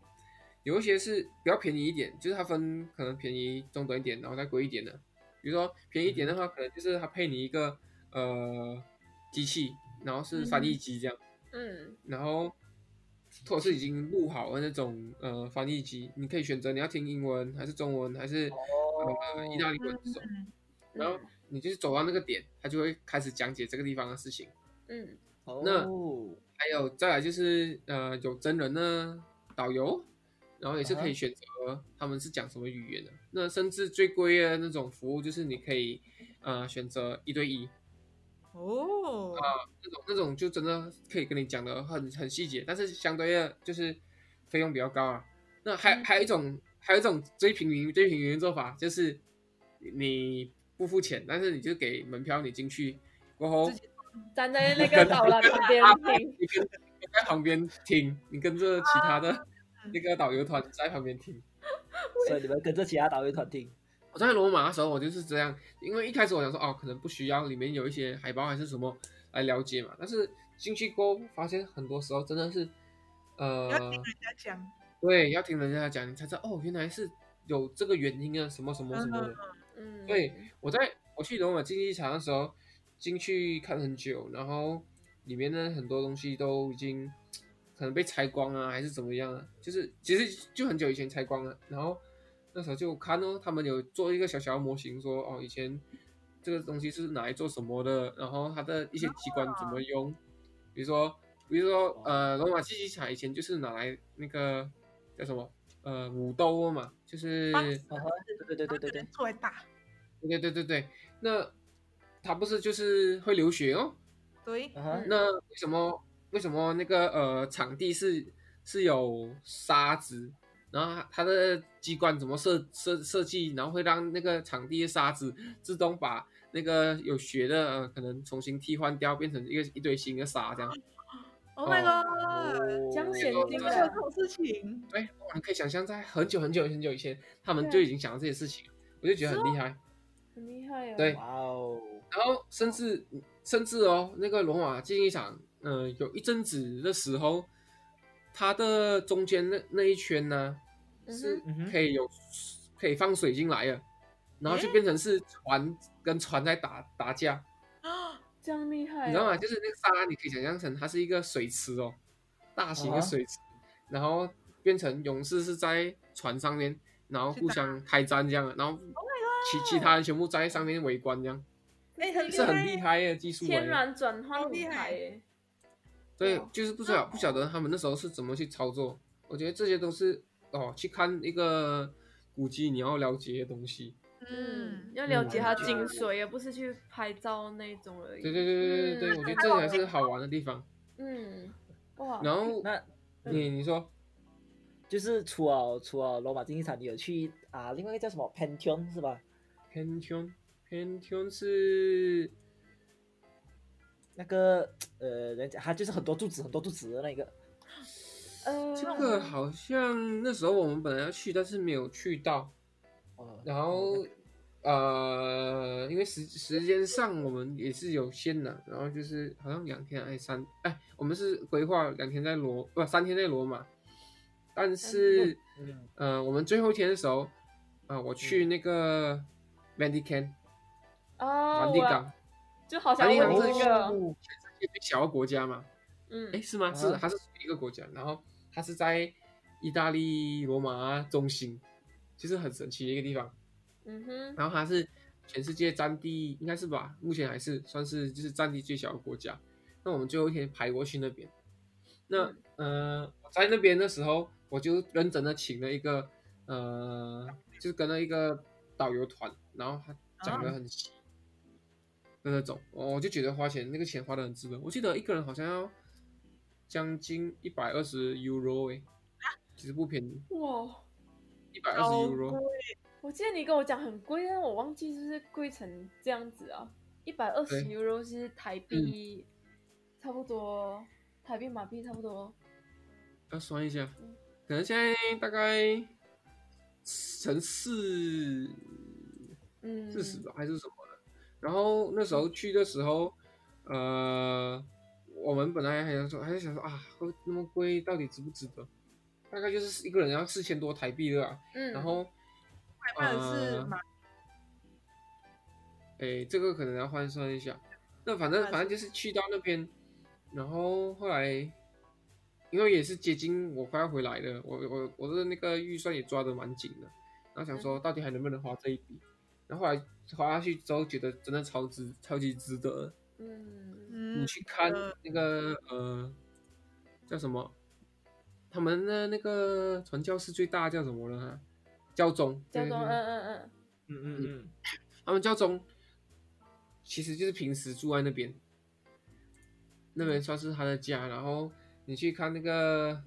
有一些是比较便宜一点，就是它分可能便宜、中等一点，然后再贵一点的。比如说便宜一点
嗯
的话，可能就是它配你一个呃机器，然后是翻译机这样，
嗯
然后或者是已经录好的那种呃翻译机，你可以选择你要听英文还是中文还是、呃意大利文这种。
嗯，
然后你就是走到那个点，他就会开始讲解这个地方的事情，
嗯，
那
哦，
还有再来就是呃有真人的导游，然后也是可以
啊
选择他们是讲什么语言的。那甚至最贵的那种服务就是你可以呃选择一对一，
哦，
那种那种就真的可以跟你讲的很很细节，但是相对的就是费用比较高啊。那还、
嗯
还有一种还有一种最平民最平民的做法就是你不付钱，但是你就给门票，你进去过后
自己
站在那个导览旁边 听，
你跟你在旁边听，你跟着其他的那个导游团在旁边听。
所以你们跟着其他导游团听，
我在罗马的时候，我就是这样，因为一开始我想说，哦，可能不需要里面有一些海报还是什么来了解嘛。但是进去过后，发现很多时候真的是，呃
要，听人家讲，
对，要听人家讲，你才知道哦，原来是有这个原因啊，什么什么什么的。
嗯，
对，我在我去罗马竞技场的时候，进去看很久，然后里面呢很多东西都已经可能被拆光啊，还是怎么样啊？就是其实就很久以前拆光了，然后那时候就看哦，他们有做一个小小的模型说，哦以前这个东西是拿来做什么的，然后它的一些机关怎么用，比如说比如说呃罗马竞技场以前就是拿来那个叫什么呃武斗的嘛，就是。
棒子
啊哈，对对对对对对，
出来打，
对对对对，那他不是就是会流血哦？
对，
啊哈
嗯，
那为什么为什么那个呃场地是是有沙子，然后它它的机关怎么设设设计，然后会让那个场地的沙子自动把那个有血的、呃、可能重新替换掉，变成一个一堆新的沙这样。
，Oh my
哦
god，
江显
哦
金
怎
真
么
的
会有
的
这种事情？
对，你可以想象在很久很久很久以前，他们就已经想到这些事情了，我就觉得很厉害。
很厉害哦，
对
哇哦，
然后甚至甚至哦，那个罗马竞技场，嗯、有一阵子的时候，它的中间那那一圈呢、
嗯哼
是
嗯哼
可以有可以放水进来的，然后就变成是船跟船在打打架，
啊，
这样厉害哦，
你知道吗？就是那个沙，你可以想象成它是一个水池哦，大型
啊
的
哈
水池，然后变成勇士是在船上面，然后
去
互
打
相开战这样的，然
Oh
后其其他人全部在上面围观这样，
哎，很
是很厉
害，
害的技术来
天
的。
然转换
好
舞
厉害
台耶，
对
哦，
就是不知道不晓得他们那时候是怎么去操作。我觉得这些都是哦，去看一个古迹你要了解的东西。
嗯，
嗯，
要了解它
嗯
精髓，而不是去拍照那种而已。
对对对对对对，我觉得这才是好玩的地方。
嗯，哇，
然后
那
你你说
就是除了除了罗马竞技场，你有去啊，另外一个叫什么 Pantheon 是吧？
Pantheon Pantheon 是
那个呃，人家他就是很多柱子，很多柱子的那个，
呃，
这个好像那时候我们本来要去，但是没有去到。
哦，
然后呃，因为时时间上我们也是有限的，然后就是好像两天还是三哎，我们是规划两天在罗不三天在罗马，但是
嗯，
呃，我们最后一天的时候啊、我去那个 Vatican
嗯哦，
梵蒂
我
冈，
就好想
梵蒂
问
冈
这个，
哦
全世界最小的国家嘛，哎
嗯，
是吗？是
啊
它是属于一个国家，然后它是在意大利罗马中心，就是很神奇的一个地方。
嗯哼，
然后它是全世界占地应该是吧，目前还是算是就是占地最小的国家。那我们最后一天排过去那边，那呃我在那边的时候，我就认真的请了一个呃，就是跟了一个导游团，然后他讲的很细的那种，我我就觉得花钱那个钱花的很值得。我记得一个人好像要将近一百二十 Euro 哎、其实不便宜，
哇，
一百二十
好
Euro。
我记得你跟我讲很贵，但我忘记是不是贵成这样子啊，一百二十
对
euro 是台币，差不多台币马币差不多，
要算一下
嗯，
可能现在大概乘四
嗯，
四十吧，还是什么的。然后那时候去的时候，呃，我们本来还想说，还是想说啊，会那么贵，到底值不值得？大概就是一个人要四千多台币了啊、
嗯，
然后，
快慢
呃
是马
诶，这个可能要换算一下。那反正
换算
反正就是去到那边，然后后来，因为也是接近我快要回来了，我我我的那个预算也抓得蛮紧的，然后想说到底还能不能花这一笔，然后后来花下去之后觉得真的超值，超级值得的。
嗯，
嗯
你去看
呃
那个呃叫什么，他们的那个传教士最大叫什么了哈？教宗，
叫
对
做
对
嗯
对
嗯嗯，
嗯嗯嗯，
他们教宗其实就是平时住在那边，那边算是他的家。然后你去看那个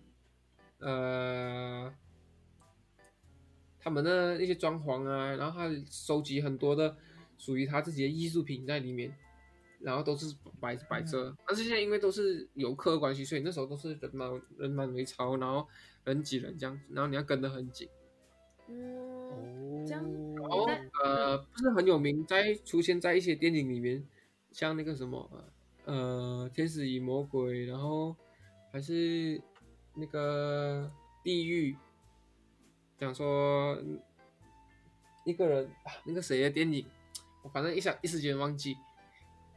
呃，他们的那些装潢啊，然后他收集很多的属于他自己的艺术品在里面，然后都是摆摆着。但是现在因为都是游客的关系，所以那时候都是人满人满为潮，然后人挤人这样，然后你要跟得很紧。
嗯，
哦，
这样
然后
那
呃，不是很有名，在出现在一些电影里面，像那个什么呃，天使与魔鬼，然后还是那个地狱，讲说嗯一个人啊，那个谁的电影，我反正一下一时间忘记，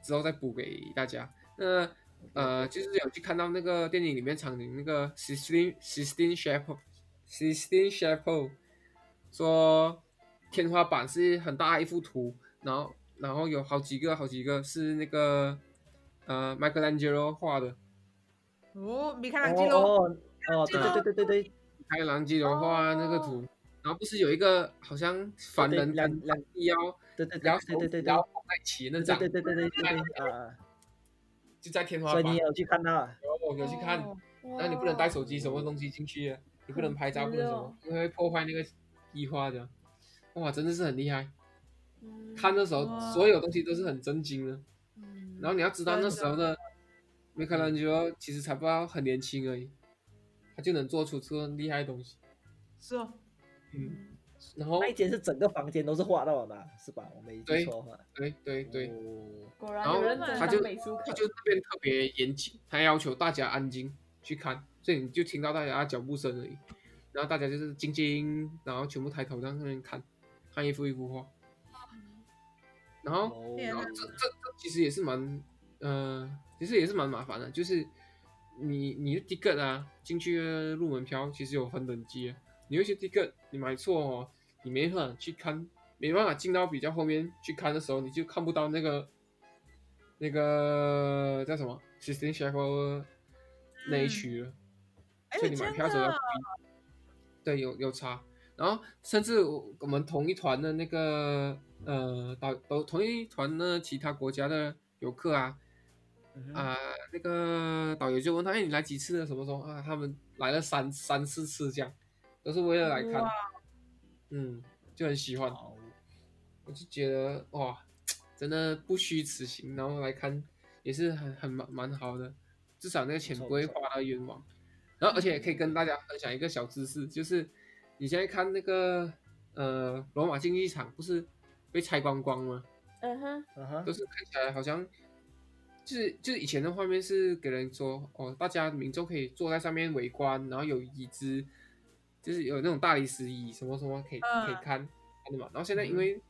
之后再补给大家。那呃，就是有去看到那个电影里面场景，那个 Sistine Sistine Chapel Sistine Chapel 说天花板是很大一幅图，然后然后有好几个好几个是那个呃 Michelangelo 画的，
哦，米开
哦
朗基罗，
哦哦，对对对对对对，
开朗基罗画那个图，然后不是有一个好像凡人
哦对两
跟
两
上帝要
对对
然后
对对对对
然后放在一起那
对
张，
对对对对对 对啊！
就在天花
所
板，
以你
然
有去看到啊？
后我有去看。
哦
哇
那你不能带手机什么东西进去啊，你
哦
不能拍照，
很
不
自
能
由
什么，因为会破坏那个壁画的。哇，真的是很厉害！
嗯
看的时候
哇，
所有东西都是很震惊的。
嗯
然后你要知道
真的
那时候的米开朗基罗其实才不到很年轻而已，他就能做出这么厉害的东西。
是哦，
嗯，然后
那一间是整个房间都是画到的嘛，是吧？我没记
对
错的话。
对对对，
哦
果然
然后
有认真
他
当
就
美术课
他就那边特别严谨，他要求大家安静去看，所以你就听到大家脚步声而已。然后大家就是静静，然后全部抬头在那边看，看一幅一幅画。然
哦
后，哦然
天
后
哪
啊
这这这其实也是蛮，呃，其实也是蛮麻烦的，就是你你的 ticket 啊，进去的入门票其实有分等级的，你有一些 ticket 你买错哦，你没办法去看，没办法进到比较后面去看的时候，你就看不到那个那个叫什么 Sistine Chapel 那一区了，
哎，
所以你买
真
票的时候要
的
注意，对，有有差。然后甚至我我们同一团的那个呃导都同一团的其他国家的游客啊，
嗯
啊、那个导游就问他：“哎，你来几次了？什么时候啊？”他们来了三三四次这样，都是为了来看
哇，
嗯，就很喜欢。
好
我就觉得哇，真的不虚此行，然后来看也是很很蛮蛮好的，至少那个钱
不错
不会
不错
花到冤枉。然后而且可以跟大家分享一个小知识，就是你现在看那个呃罗马竞技场不是被拆光光吗？
嗯哼，
嗯哼
都，是看起来好像，就是就是以前的画面是给人说哦，大家民众可以坐在上面围观，然后有椅子，就是有那种大理石椅什么什么可以、可以
嗯
看看的嘛。然后现在因为、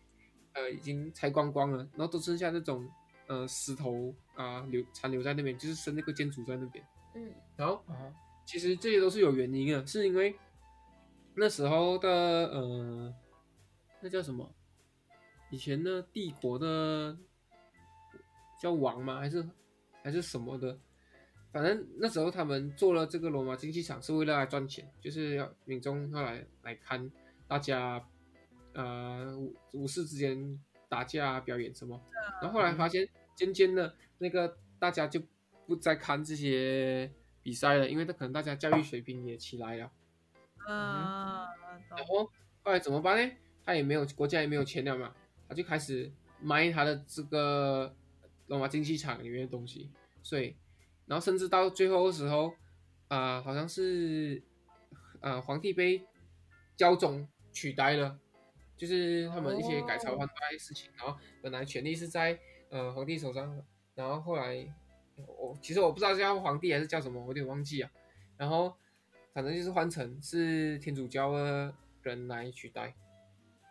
呃已经拆光光了，然后都剩下那种呃石头啊、留残留在那边，就是剩那个建筑在那边。
嗯
然后
嗯哼
其实这些都是有原因的，是因为那时候的呃，那叫什么？以前的帝国的叫王吗？还是还是什么的？反正那时候他们做了这个罗马竞技场是为了来赚钱，就是要民众要来来看大家呃武武士之间打架啊表演什么。
啊
然后
嗯
后来发现，渐渐的那个大家就不再看这些比赛了，因为他可能大家教育水平也起来了。
嗯，
然
懂
后后来怎么办呢？他也没有国家也没有钱了嘛，他就开始卖他的这个罗马竞技场里面的东西，所以，然后甚至到最后的时候，啊、好像是，啊皇帝被教宗取代了，就是他们一些改朝换代的事情，然后本来权力是在呃皇帝手上的，然后后来我其实我不知道叫皇帝还是叫什么，我有点忘记啊，然后反正就是换成是天主教的人来取代，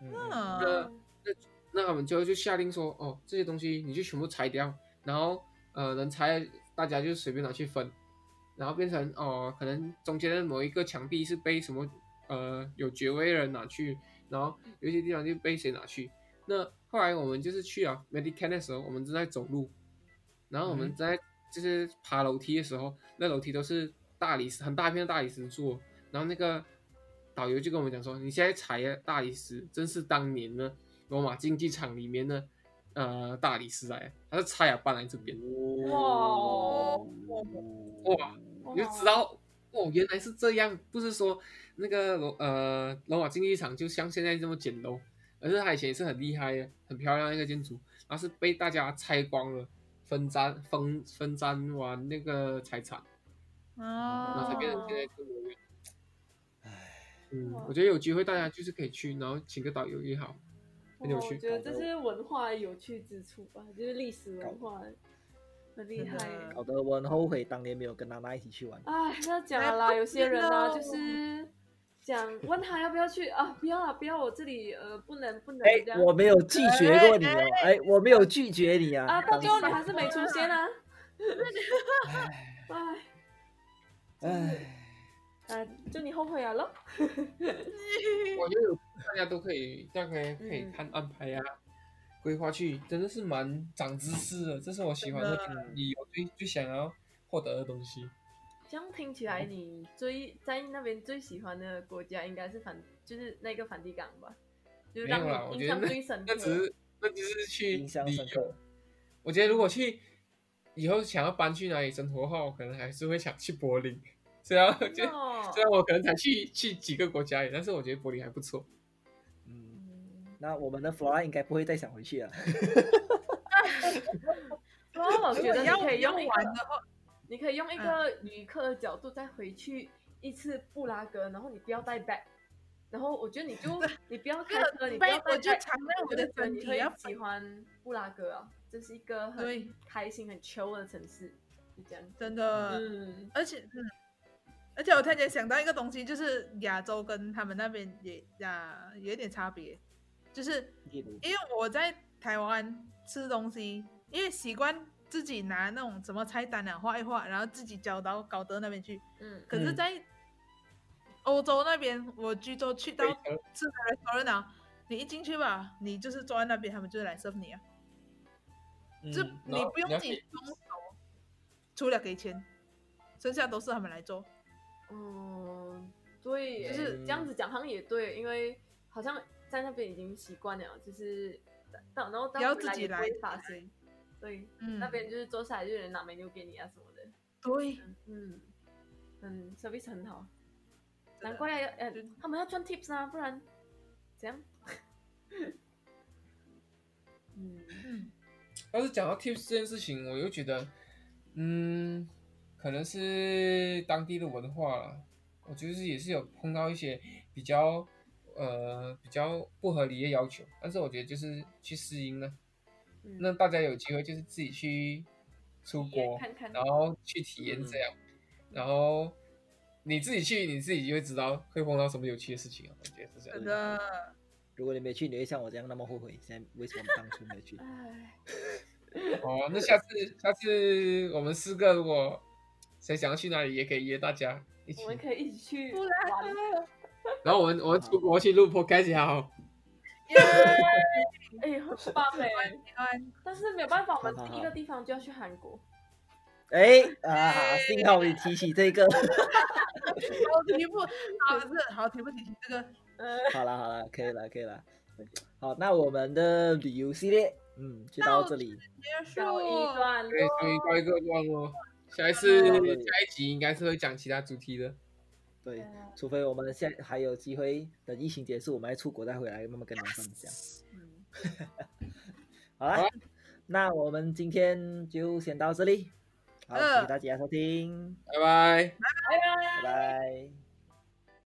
嗯嗯
呃
嗯，
那那那他们就就下令说，哦，这些东西你就全部拆掉，然后呃能拆的大家就随便拿去分，然后变成哦，可能中间的某一个墙壁是被什么呃有爵位的人拿去，然后有些地方就被谁拿去。啊那后来我们就是去了 Medican 的时候，我们正在走路，然后我们
嗯
在就是爬楼梯的时候，那楼梯都是大理石，很大片的大理石做，然后那个导游就跟我们讲说，你现在踩的大理石，真是当年呢罗马竞技场里面呢，呃大理石来，他是拆了搬来这边，
哦
哇
哇，你就知道哦，原来是这样，不是说那个罗呃罗马竞技场就像现在这么简陋，而是它以前也是很厉害的、很漂亮的一个建筑，然后是被大家拆光了，分赃分分赃完那个财产，然后才变成现在这个
哦，
模样。
唉，
嗯
哇，
我觉得有机会大家就是可以去，然后请个导游也好，很有
哇
趣哦
我觉得这是文化有趣之处吧，就是历史文化很厉害
真
耶
啊
的。
搞得我很后悔当年没有跟娜娜一起去玩。
哎，那讲了啦，
哎不
有些人呢、
知道
哦
就是讲问他要不要去啊，不要啊，不要，我这里呃不能不能
哎
这样，
我没有拒绝过你哦，哎，我没有拒绝你啊。
啊，到
当
最后你
时
还是没出 现啊，
唉
哎
唉，
哎，就你后悔了咯。
我觉得有大家都可以，大家可以可以
嗯
看安排啊，规划去，真的是蛮长知识的，这是我喜欢
真
的
的
旅游最最想要获得的东西。
这样听起来，你最在那边最喜欢的国家应该是梵，就是那个梵蒂冈吧，就是
没有
让
啦我
你印
觉得
象最深刻
那。只是 那只是去
印象
旅
深
游。
刻。
我觉得如果去以后想要搬去哪里生活的话，我可能还是会想去柏林。虽然就
真的哦
虽然我可能才去去几个国家而已，但是我觉得柏林还不错。
嗯，
嗯
那我们的 Flora 应该不会再想回去了。
不过我
如
觉
果
得你
要
可以
要
用一
玩
个，
的话，
你可以用一个旅客的角度再回去一次布拉格，然后你不要带 bag，然后我觉得你就你不要开车，你不要
被
带
我就
bag，
藏在我的
觉得
身
你
体，
会
要
喜欢布拉格啊，这是一个
对
很开心、很 chill 的城市，就这样。
真的。
嗯，
而且，嗯，而且我突然间想到一个东西，就是亚洲跟他们那边也呀有一点差别，就是
例如
因为我在台湾吃东西，因为习惯自己拿那种什么菜单啊画一画，然后自己交到搞到那边去。
嗯
可是，
嗯
在欧洲那边，我居多去到
非常
吃的 restaurant 啊，你一进去吧，你就是坐在那边，他们就是来 serve 你啊，就
嗯
你不用
然后
自
你
己
要
动手，除了给钱，剩下都是他们来做。
嗯，对耶，
就是
这样子讲好像也对，因为好像在那边已经习惯了，就是到然后到
不要
回
自己
也不
来
会
自
发
己来
生。对，
嗯，
那边就是坐下来就有人拿 menu 给你啊什么的。
对，
嗯，嗯，service 很好，
真
难
的
怪要呃
就是
他们要赚 tips 啊，不然怎样？ 嗯，
嗯，
但是讲到 tips 这件事情，我又觉得，嗯，可能是当地的文化啦。我就是也是有碰到一些比较呃比较不合理的要求，但是我觉得就是去适应了。
嗯
那大家有机会就是自己去出
体验
国，
看看
然后去体验
嗯
这样，然后你自己去，你自己就会知道会碰到什么有趣的事情啊。我觉得是这样
真。的，
如果你没去，你会像我这样那么后悔。现在为什么当初没有去？
哎，
哦，那下次下次我们四个如果谁想要去哪里，也可以约大家一起
我。们可以一起去
不
玩，
然
然后我们我们出国去录 podcast 也好。
耶，
哎，很棒哎！
喜欢
但是没有办法，我们
好好
第一个地方就要去韩国。
哎啊，幸好你提起这个。
好题目，好是好题目提醒这个，
呃，
好了好了，可以了可以了。好，那我们的旅游系列，嗯，就到这里。
结束
告一段落
对，所以告一个段落。下一次
好
下
的
一集应该是会讲其他主题的。
对
对啊，
除非我们现在还有机会，等疫情结束，我们再出国再回来，慢慢跟大家分享。
嗯
好啦，
好啦
那我们今天就先到这里。好，谢谢大家收听，
拜拜。
拜
拜。
拜
拜。